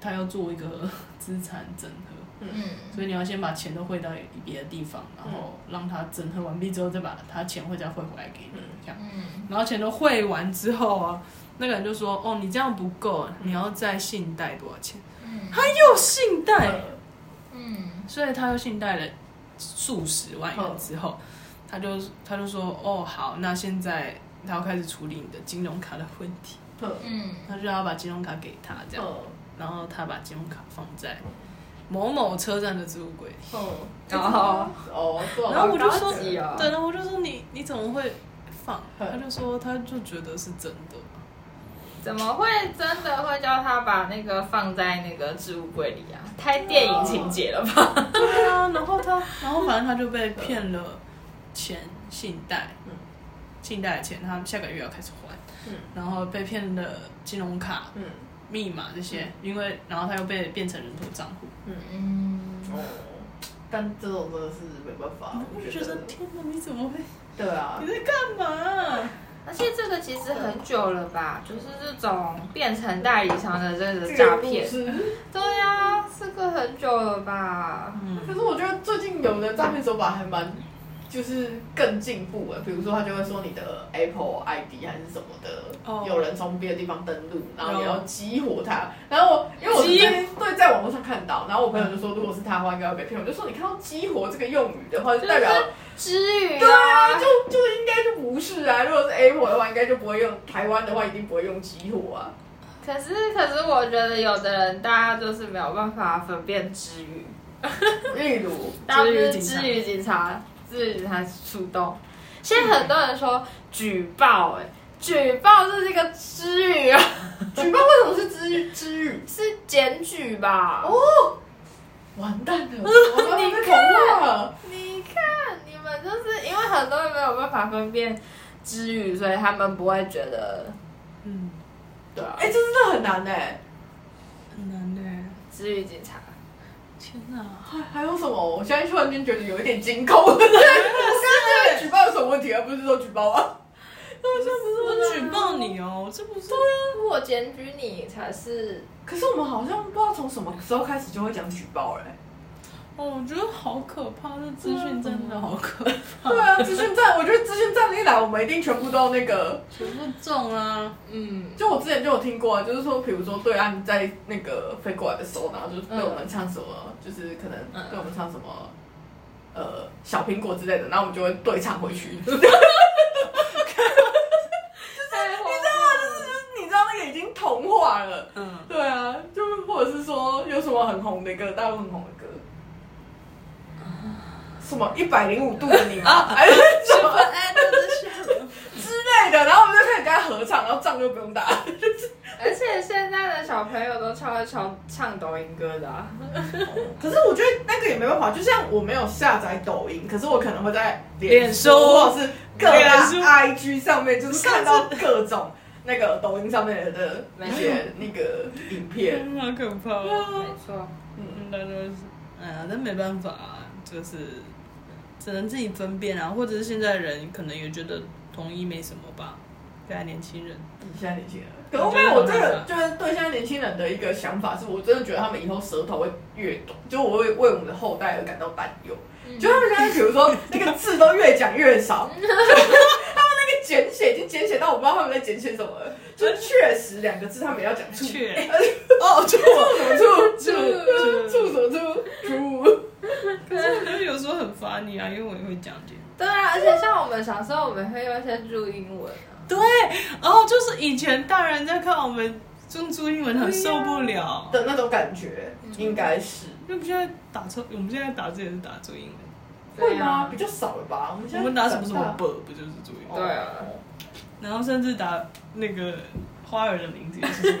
[SPEAKER 1] 他要做一个资产整合，
[SPEAKER 4] 嗯
[SPEAKER 1] 所以你要先把钱都汇到别的地方，然后让他整合完毕之后，再把他钱会再汇回来给你
[SPEAKER 2] 嗯，
[SPEAKER 1] 这样。
[SPEAKER 4] 嗯
[SPEAKER 1] 然后钱都汇完之后啊，那个人就说：“哦，你这样不够，你要再信贷多少钱？”他又信贷，
[SPEAKER 4] 嗯
[SPEAKER 1] 所以他又信贷了数十万元之后，他就他就说：“哦，好，那现在他要开始处理你的金融卡的问题。
[SPEAKER 2] 嗯
[SPEAKER 4] 嗯”
[SPEAKER 1] 他就要把金融卡给他这样，
[SPEAKER 2] 嗯
[SPEAKER 1] 然后他把金融卡放在某某车站的置物柜里。
[SPEAKER 2] 嗯，
[SPEAKER 3] 哦
[SPEAKER 2] 哦，这种
[SPEAKER 1] 然后我就
[SPEAKER 3] 好
[SPEAKER 1] 说
[SPEAKER 3] 高级哦，
[SPEAKER 1] 对，然后我就说你你怎么会放？
[SPEAKER 2] 嗯
[SPEAKER 1] 他就说他就觉得是真的。
[SPEAKER 4] 怎么会真的会叫他把那个放在那个置物柜里啊？太电影情节了吧？
[SPEAKER 1] 对啊，然后他，然后反正他就被骗了钱，信贷
[SPEAKER 2] 嗯，
[SPEAKER 1] 信贷的钱，他下个月要开始还，
[SPEAKER 2] 嗯
[SPEAKER 1] 然后被骗了金融卡、
[SPEAKER 2] 嗯
[SPEAKER 1] 密码这些，因为然后他又被变成人头账户，
[SPEAKER 4] 嗯
[SPEAKER 2] 哦，但这种真的是没办法，
[SPEAKER 1] 我
[SPEAKER 2] 我
[SPEAKER 1] 就
[SPEAKER 2] 觉
[SPEAKER 1] 觉
[SPEAKER 2] 得
[SPEAKER 1] 得天哪，你怎么会？
[SPEAKER 2] 对啊
[SPEAKER 1] 你，在干嘛？
[SPEAKER 4] 而且这个其实很久了吧，就是这种变成代理商的这个
[SPEAKER 2] 这
[SPEAKER 4] 诈
[SPEAKER 2] 个故
[SPEAKER 4] 骗。
[SPEAKER 2] 事
[SPEAKER 4] 对啊，这个很久了吧？
[SPEAKER 1] 嗯，
[SPEAKER 2] 可是我觉得最近有的诈骗手法还蛮，就是更进步了。比如说，他就会说你的 Apple ID 还是什么的
[SPEAKER 1] 哦
[SPEAKER 2] 有人从别的地方登录，然后
[SPEAKER 1] 有
[SPEAKER 2] 你要激活他。然后我因为我是
[SPEAKER 1] 激
[SPEAKER 2] 最近对在网络上看到，然后我朋友就说，如果是他的话，应该会被骗。我就说，你看到激活这个用语的话，就代表
[SPEAKER 4] 就是之余
[SPEAKER 2] 对啊，就就应该就不是啊。如果是 Apple 的话，应该就不会用台湾的话，一定不会用激活啊。
[SPEAKER 4] 可是可是我觉得有的人大家就是没有办法分辨之余，
[SPEAKER 2] 例如，
[SPEAKER 4] 大家就是之余警察，之余警察出动。现在很多人说举报、哎，举报这是一个之余啊，
[SPEAKER 2] 举报为什么是知知语？
[SPEAKER 4] 是检举吧？哦
[SPEAKER 2] 哦，完蛋 了，我们被同化了。
[SPEAKER 4] 你看，你们就是因为很多人没有办法分辨之语，所以他们不会觉得
[SPEAKER 1] 嗯，
[SPEAKER 2] 对啊，哎、这真的很难哎、
[SPEAKER 1] 很难的，
[SPEAKER 4] 之语警察。
[SPEAKER 1] 天哪！
[SPEAKER 2] 还还有什么？我现在突然间觉得有一点惊恐。 我刚刚觉得举报有什么问题啊？不是说举报啊？
[SPEAKER 1] 我举报你哦，这不是
[SPEAKER 3] 如果检举你才是
[SPEAKER 2] 可是我们好像不知道从什么时候开始就会讲举 报嘞、欸
[SPEAKER 1] 哦，我觉得好可怕，这资讯真的好可怕，
[SPEAKER 2] 对啊，资讯站，我觉得资讯站一来，我们一定全部都那个。
[SPEAKER 1] 全部中啊！
[SPEAKER 4] 嗯，
[SPEAKER 2] 就我之前就有听过啊，就是说，比如说对岸在那个飞过来的时候，然后就对我们唱什么，就是可能对我们唱什么，呃，小苹果之类的，然后我们就会对唱回去。
[SPEAKER 4] 太荒
[SPEAKER 2] 你知道那个已经同化了。
[SPEAKER 1] 嗯，
[SPEAKER 2] 对啊，就是或者是说有什么很红的歌，大陆很红的歌，什么一百零五度的你吗？还是什么
[SPEAKER 4] 哎
[SPEAKER 2] 之类的，然后我们就开始跟他合唱，然后仗就不用打。
[SPEAKER 4] 而且现在的小朋友都超会唱唱抖音歌的、啊，
[SPEAKER 2] 可是我觉得那个也没办法，就像我没有下载抖音，可是我可能会在
[SPEAKER 1] 脸书
[SPEAKER 2] 或者是各
[SPEAKER 1] 脸
[SPEAKER 2] 大
[SPEAKER 1] 书
[SPEAKER 2] IG 上面，就是看到各种那个抖音上面的那些那个影片。
[SPEAKER 1] 天哪，可怕哦！
[SPEAKER 4] 没错。
[SPEAKER 2] 嗯，
[SPEAKER 1] 那就是，哎呀，那没办法、啊，就是只能自己分辨啊，或者是现在人可能也觉得统一没什么吧，现在年轻人，
[SPEAKER 2] 现在年轻人，可是因为我这个就是对现在年轻人的一个想法是，我真的觉得他们以后舌头会越短，就我会为我们的后代而感到担忧。就他们现在，比如说那个字都越讲越少，他们那个简写不知道他们在剪些什么了。就是“确实”两个字，他们也要讲“
[SPEAKER 1] 确哦， 就
[SPEAKER 2] 兔
[SPEAKER 1] 就
[SPEAKER 2] 兔
[SPEAKER 1] 就
[SPEAKER 2] 兔什么兔 兔，
[SPEAKER 1] 可是我觉得有时候很烦你啊，因为我也会讲解。
[SPEAKER 4] 对啊，而且像我们小时候，我们会用一些注英文啊。
[SPEAKER 1] 对，然后就是以前大人在看我们用注英文很受不了，
[SPEAKER 2] 的那种感觉，应该是
[SPEAKER 1] 因为我们现在打错，我们现在打字也是打注英文，
[SPEAKER 2] 嗯会
[SPEAKER 4] 对
[SPEAKER 2] 吗？
[SPEAKER 4] 啊
[SPEAKER 2] 比较少了吧？我们现
[SPEAKER 1] 我
[SPEAKER 2] 在
[SPEAKER 1] 们打什么什
[SPEAKER 2] 长大
[SPEAKER 1] 么 b 不就是注英文？
[SPEAKER 4] 对啊
[SPEAKER 2] 哦
[SPEAKER 1] 然后甚至打那个花儿的名字也是注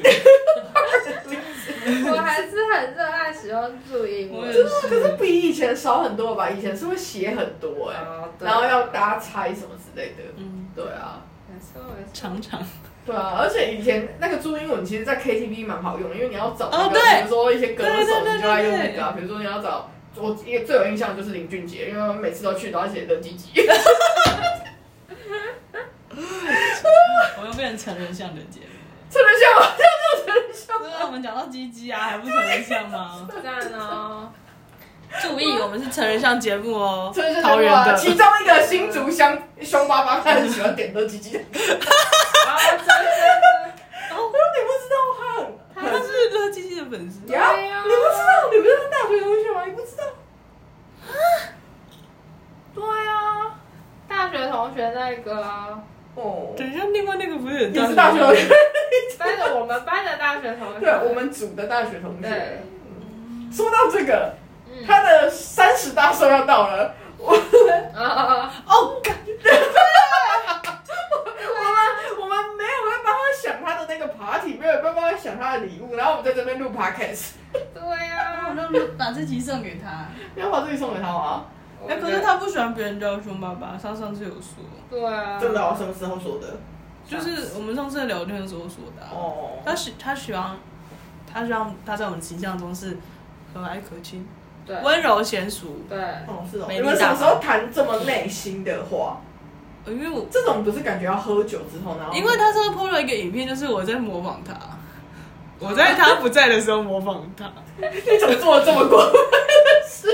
[SPEAKER 1] 英文。
[SPEAKER 4] 我还是很热爱使用注英
[SPEAKER 1] 我也
[SPEAKER 4] 文。
[SPEAKER 2] 啊可是比以前少很多吧？以前是会写很多哎、
[SPEAKER 4] 哦对
[SPEAKER 2] 然后要大家猜什么之类的。
[SPEAKER 1] 啊嗯，
[SPEAKER 2] 对啊，
[SPEAKER 4] 没错没错
[SPEAKER 1] 常常
[SPEAKER 2] 对啊，而且以前那个注英文其实，在 KTV 蛮好用的，因为你要找那
[SPEAKER 1] 哦
[SPEAKER 2] 个，
[SPEAKER 1] 对
[SPEAKER 2] 比如说一些歌
[SPEAKER 1] 对对
[SPEAKER 2] 手，
[SPEAKER 1] 对对
[SPEAKER 2] 你就要用那个、啊。比如说你要找我一个最有印象就是林俊杰，因为我每次都去都要写的积 极。
[SPEAKER 1] 我又变成成人像的节目。
[SPEAKER 2] 真的像吗？这样就真的像
[SPEAKER 1] 对啊，我们讲到鸡鸡啊，还不成人像吗？
[SPEAKER 4] 赞哦！
[SPEAKER 1] 注意，我们是成人像节目哦
[SPEAKER 2] 真的，
[SPEAKER 1] 桃
[SPEAKER 2] 像啊
[SPEAKER 1] 园
[SPEAKER 2] 吗
[SPEAKER 1] 的。
[SPEAKER 2] 其中一个新竹乡凶巴巴，他很喜欢点的鸡鸡，
[SPEAKER 4] 啊，真的，
[SPEAKER 2] 我说你不知道他很
[SPEAKER 1] 他是乐鸡鸡的粉丝，
[SPEAKER 2] 呀，
[SPEAKER 4] 对啊
[SPEAKER 2] 你不知道，你不是他大学同学吗？你不知道？
[SPEAKER 4] 对啊，大学同学那个啊，
[SPEAKER 2] 哦，
[SPEAKER 1] 等一下，另外那个不是也
[SPEAKER 2] 你是大学同学？
[SPEAKER 4] 班的我们班的大学同学，
[SPEAKER 2] 对，我们组的大学同学。
[SPEAKER 4] 对
[SPEAKER 2] 嗯说到这个，
[SPEAKER 4] 嗯
[SPEAKER 3] 嗯
[SPEAKER 2] 他的三十大寿要到了，我
[SPEAKER 4] 啊啊啊，
[SPEAKER 1] 哦，干
[SPEAKER 2] 我们没有在帮他想他的那个 party，没有在帮他想他的礼物，然后我们在这边录 podcast，
[SPEAKER 4] 对啊，
[SPEAKER 1] 那我就把这集送给他。
[SPEAKER 2] 你要把自己送给他吗？
[SPEAKER 1] 哎，可是他不喜欢别人叫凶爸爸，他上次有说，
[SPEAKER 4] 对
[SPEAKER 3] 嗯
[SPEAKER 4] 啊，
[SPEAKER 2] 真的、哦，什么时候说的？
[SPEAKER 1] 就是我们上次聊天的时候说的啊。
[SPEAKER 2] 哦，
[SPEAKER 1] 他喜他喜欢，他希望他在我们形象中是和蔼可亲、
[SPEAKER 4] 对
[SPEAKER 1] 温柔娴熟。
[SPEAKER 4] 对，
[SPEAKER 2] 哦是哦。
[SPEAKER 1] 没
[SPEAKER 2] 你
[SPEAKER 1] 力
[SPEAKER 2] 们什
[SPEAKER 1] 大
[SPEAKER 2] 么时候谈这么内心的话？
[SPEAKER 1] 呃因为我
[SPEAKER 2] 这种不是感觉要喝酒之后，然后
[SPEAKER 1] 因为他上次 PO 了一个影片，就是我在模仿他，我在他不在的时候模仿他，
[SPEAKER 2] 你怎么做了这么过分的事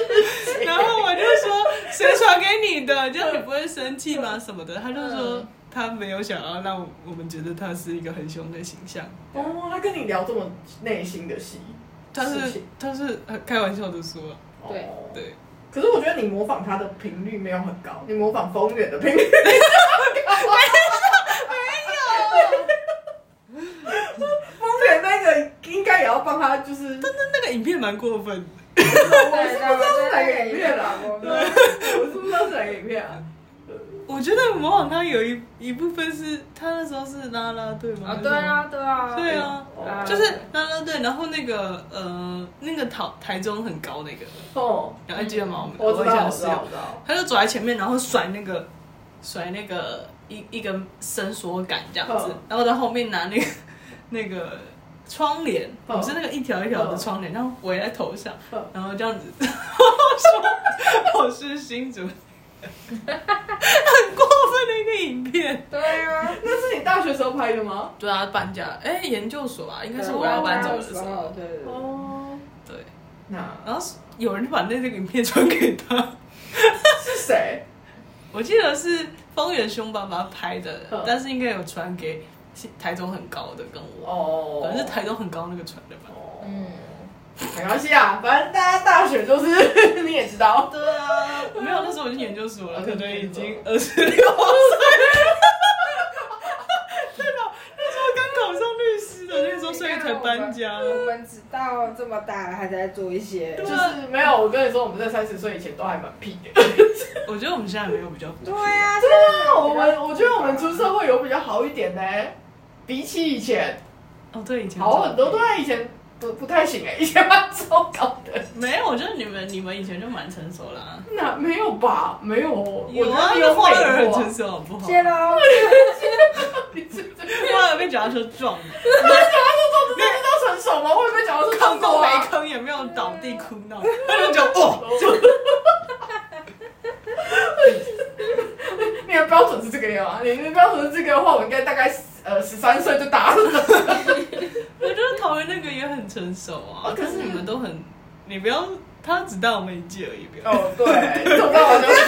[SPEAKER 2] 情？
[SPEAKER 1] 然后我就说谁传给你的？就你不会生气吗？什么的？他就
[SPEAKER 2] 嗯
[SPEAKER 1] 说他没有想要让我们觉得他是一个很凶的形象，
[SPEAKER 2] 哦，他跟你聊这么内心的戏，
[SPEAKER 1] 他
[SPEAKER 2] 是
[SPEAKER 1] 是
[SPEAKER 2] 是
[SPEAKER 1] 他是很开玩笑的说，
[SPEAKER 4] 对
[SPEAKER 2] 哦。
[SPEAKER 1] 对，
[SPEAKER 2] 可是我觉得你模仿他的频率没有很高，你模仿风远的频率没有很高。风远那个应该也要帮他，就是
[SPEAKER 1] 但是那个影片蛮过分的。
[SPEAKER 2] 我是不知道是哪个影片啦，
[SPEAKER 4] 对对
[SPEAKER 2] 我是不知道是哪个影片啊。
[SPEAKER 1] 我觉得模仿他有一一部分是他那时候是啦啦队吗？
[SPEAKER 4] 啊，对啊，对啊，
[SPEAKER 1] 对啊
[SPEAKER 2] 哦
[SPEAKER 1] 就是啦啦队，然后那个呃那个台台中很高那个，
[SPEAKER 2] 哦，
[SPEAKER 1] 然后还记得吗？
[SPEAKER 2] 我
[SPEAKER 1] 们
[SPEAKER 2] 知
[SPEAKER 1] 以前
[SPEAKER 2] 道，
[SPEAKER 1] 的
[SPEAKER 2] 我
[SPEAKER 1] 室
[SPEAKER 2] 知
[SPEAKER 1] 友
[SPEAKER 2] 道，我知道。
[SPEAKER 1] 他就走在前面，然后甩那个甩那个一一个伸缩杆这样子
[SPEAKER 2] 嗯，
[SPEAKER 1] 然后在后面拿那个 那个窗帘，
[SPEAKER 2] 嗯
[SPEAKER 1] 我是那个一条一条的窗帘，然后围在头上
[SPEAKER 2] 嗯，
[SPEAKER 1] 然后这样子， 然后说我是新 竹，很过分的一个影片。
[SPEAKER 4] 对啊，
[SPEAKER 2] 那是你大学时候拍的吗？
[SPEAKER 1] 对啊，搬家，哎，研究所吧，应该是我要嗯搬走的时候，，
[SPEAKER 4] 对对对。
[SPEAKER 2] 哦，
[SPEAKER 1] 对，
[SPEAKER 2] 那
[SPEAKER 1] 然后有人把那这个影片传给他。
[SPEAKER 2] 是谁？
[SPEAKER 1] 我记得是方圆兄爸爸拍的
[SPEAKER 2] 嗯，
[SPEAKER 1] 但是应该有传给台中很高的跟我，
[SPEAKER 2] 哦，
[SPEAKER 1] 反正是台中很高那个传的吧。
[SPEAKER 2] 哦
[SPEAKER 4] 嗯，
[SPEAKER 2] 没关系啊，反正大家大学就是 你也知道，
[SPEAKER 1] 对啊，没有，那时候我已经研究所了，
[SPEAKER 2] 哦
[SPEAKER 1] 可能已
[SPEAKER 2] 研
[SPEAKER 1] 经
[SPEAKER 2] 究
[SPEAKER 1] 二十六岁了。对吧？那时候刚考上律师的，那时候所以才搬家。
[SPEAKER 4] 我们直到这么大了还在做一些，
[SPEAKER 1] 对啊
[SPEAKER 2] 就是没有。我跟你说，我们在三十岁以前都还蛮屁的。
[SPEAKER 1] 我觉得我们现在没有比较不
[SPEAKER 4] 对啊，
[SPEAKER 2] 对啊， 我们我觉得我们出社会有比较好一点呢、比起以前
[SPEAKER 1] 哦，对，以前
[SPEAKER 2] 好很多。对啊，以前不不太行哎、以前蛮糟糕的。
[SPEAKER 1] 没有，我觉得你们你们以前就蛮成熟啦、
[SPEAKER 2] 那没有吧？没有，哦我
[SPEAKER 1] 有啊，
[SPEAKER 2] 觉得有
[SPEAKER 1] 花儿
[SPEAKER 2] 美
[SPEAKER 1] 很
[SPEAKER 2] 过
[SPEAKER 1] 成熟，好不好？
[SPEAKER 4] 谢喽。
[SPEAKER 2] 你这这
[SPEAKER 1] 花儿被脚踏车撞了。
[SPEAKER 2] 这真的叫成熟吗？会不会讲到是
[SPEAKER 1] 坑
[SPEAKER 2] 中
[SPEAKER 1] 都
[SPEAKER 2] 国
[SPEAKER 1] 没
[SPEAKER 2] 啊？
[SPEAKER 1] 坑，也没有倒地哭闹，他就讲哦，
[SPEAKER 2] 你的标准是这个样啊？你的标准是这个的话，我应该大概呃十三岁就打了。
[SPEAKER 1] 我觉得桃园那个也很成熟啊
[SPEAKER 2] 哦，可
[SPEAKER 1] 可是
[SPEAKER 2] 是
[SPEAKER 1] 你们都很，你不要，他只带我们一届而已，不要。
[SPEAKER 2] 哦，对，走到我就。
[SPEAKER 1] 这个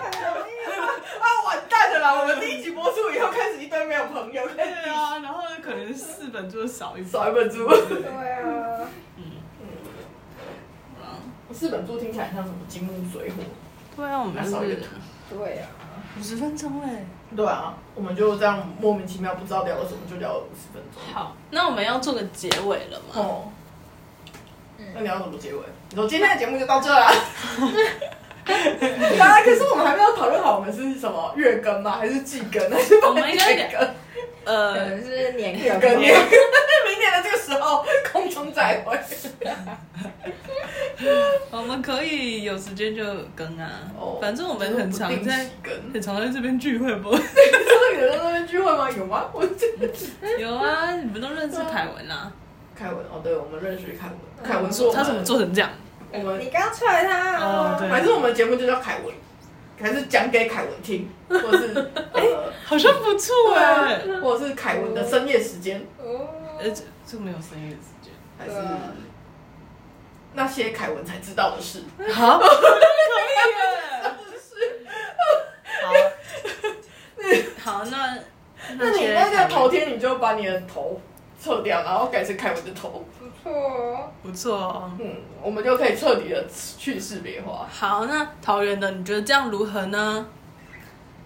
[SPEAKER 2] 啊，完蛋！
[SPEAKER 1] 啊本就是少一本。
[SPEAKER 2] 少一本猪。
[SPEAKER 3] 对啊，
[SPEAKER 2] 四本猪听起来像什么金木水火，
[SPEAKER 1] 对啊，我们
[SPEAKER 2] 还少一个
[SPEAKER 1] 是
[SPEAKER 2] 图
[SPEAKER 3] 对啊，
[SPEAKER 1] 五十分钟哎。
[SPEAKER 2] 对啊，我们就这样莫名其妙不知道聊了什么，就聊了五十分钟。
[SPEAKER 1] 好，那我们要做个结尾了 吗？
[SPEAKER 2] 哦，那你要怎么结尾？你说今天的节目就到这 啦。啊，可是我们还没有讨论好，我们是什么月更吗？还是季更？还是
[SPEAKER 1] 我们应该
[SPEAKER 2] 半年更？
[SPEAKER 3] 可
[SPEAKER 1] 呃，
[SPEAKER 3] 能是年
[SPEAKER 2] 两个
[SPEAKER 3] 更
[SPEAKER 2] 年，明年的这个时候空中再会。
[SPEAKER 1] 我们可以有时间就更啊。
[SPEAKER 2] 哦
[SPEAKER 1] 反正我们很常在
[SPEAKER 2] 就是不定期更，
[SPEAKER 1] 很常在这边聚会不？
[SPEAKER 2] 真的有人在那边聚会吗？有吗？我真的
[SPEAKER 1] 有啊，你们都认识凯文啦、
[SPEAKER 2] 凯文哦，对，我们认识凯文，凯文是我
[SPEAKER 1] 啊，他
[SPEAKER 2] 们
[SPEAKER 1] 怎么做成这样？
[SPEAKER 2] 嗯我们
[SPEAKER 3] 你刚踹他
[SPEAKER 1] 哦对
[SPEAKER 2] 反正我们节目就叫凯文，还是讲给凯文听，或者 是呃，
[SPEAKER 1] 好像不错哎、
[SPEAKER 2] 或者是凯文的深夜时间，
[SPEAKER 3] 哦
[SPEAKER 1] 呃，这这没有声音的时间。
[SPEAKER 2] 还是
[SPEAKER 3] 对啊
[SPEAKER 2] 那些凯文才知道的事。
[SPEAKER 1] 好，
[SPEAKER 3] 哎
[SPEAKER 1] 好， 那
[SPEAKER 2] 那你
[SPEAKER 1] 些
[SPEAKER 2] 那
[SPEAKER 1] 凯
[SPEAKER 2] 个
[SPEAKER 1] 文
[SPEAKER 2] 头贴，你就把你的头撤掉，然后改成凯文的头，
[SPEAKER 3] 不错哦，
[SPEAKER 1] 不错哦。
[SPEAKER 2] 嗯，我们就可以彻底的去识别化。
[SPEAKER 1] 好，那桃园的你觉得这样如何呢？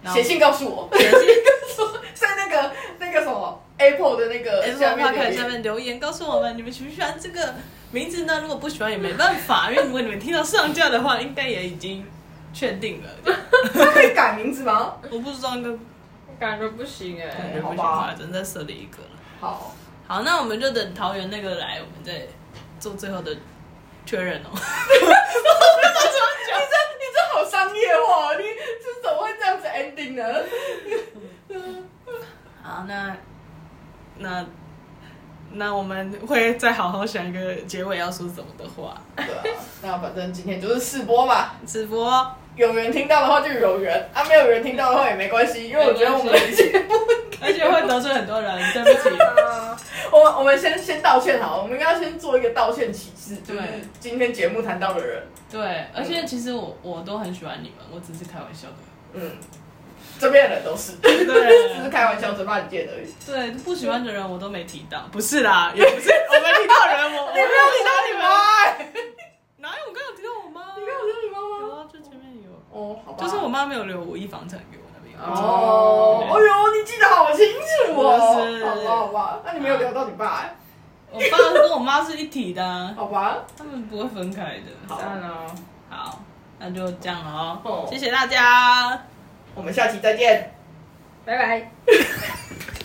[SPEAKER 1] 然后
[SPEAKER 2] 写信告诉我，
[SPEAKER 1] 写信
[SPEAKER 2] 在那个那个什么 Apple 的那个
[SPEAKER 1] Apple
[SPEAKER 2] 下面
[SPEAKER 1] Podcast
[SPEAKER 2] 留
[SPEAKER 1] 下
[SPEAKER 2] 言。
[SPEAKER 1] 面留言告诉我们你们喜不喜欢这个名字呢？如果不喜欢也没办 法，因为如果你们听到上架的话，应该也已经确定了。
[SPEAKER 2] 他可以改名字吗？
[SPEAKER 1] 我不知道， 应该
[SPEAKER 4] 感觉不行哎、
[SPEAKER 1] 感觉不
[SPEAKER 2] 好
[SPEAKER 1] 行
[SPEAKER 2] 吧
[SPEAKER 1] 吧，正在设立一个了。
[SPEAKER 2] 好，
[SPEAKER 1] 好，那我们就等桃园那个来，我们再做最后的确认哦。
[SPEAKER 2] 你这你这好商业化哦，你这怎么会这样子 ending 呢？
[SPEAKER 1] 好，那 那那我们会再好好想一个结尾要说什么的 话。
[SPEAKER 2] 对啊，那反正今天就是试播嘛，
[SPEAKER 1] 直播
[SPEAKER 2] 有人听到的话就有人，啊没有人听到的话也没关系，因为我觉得我们的节目，
[SPEAKER 1] 而且会得罪很多人，对不 起。
[SPEAKER 3] 啊，
[SPEAKER 2] 我们我们先先道歉好了，我们应该要先做一个道歉启事，就是
[SPEAKER 1] 对
[SPEAKER 2] 今天节目谈到的人，
[SPEAKER 1] 对，而且其实我我都很喜欢你们，我只是开玩笑的。
[SPEAKER 2] 嗯，这边的人都是，只 是
[SPEAKER 1] 对
[SPEAKER 2] 开玩笑，嘴巴很贱而已。
[SPEAKER 1] 对，不喜欢的人我都没提 到，不是啦，也不是我没提到人，我我没有提到你们，
[SPEAKER 2] 哎，
[SPEAKER 1] 哪有我刚有提到我 妈？
[SPEAKER 2] 你没有听你妈
[SPEAKER 1] 有
[SPEAKER 2] 吗？
[SPEAKER 1] 啊，就前面有，
[SPEAKER 2] 哦，好吧，
[SPEAKER 1] 就是我妈没有留五亿房产给我那边。
[SPEAKER 2] 哦，哎呦，你记得好清楚
[SPEAKER 1] 就
[SPEAKER 2] 哦，
[SPEAKER 1] 是
[SPEAKER 2] 好吧好吧，那你没有聊到你爸，哎
[SPEAKER 1] 我爸跟我妈是一体的啊，
[SPEAKER 2] 好吧，
[SPEAKER 1] 他们不会分开的。
[SPEAKER 2] 好，
[SPEAKER 4] 啊，
[SPEAKER 3] 嗯
[SPEAKER 1] 好，那就这样了哦
[SPEAKER 2] 哦，
[SPEAKER 1] 谢谢大家。
[SPEAKER 2] 我们下期再见。
[SPEAKER 3] 拜拜。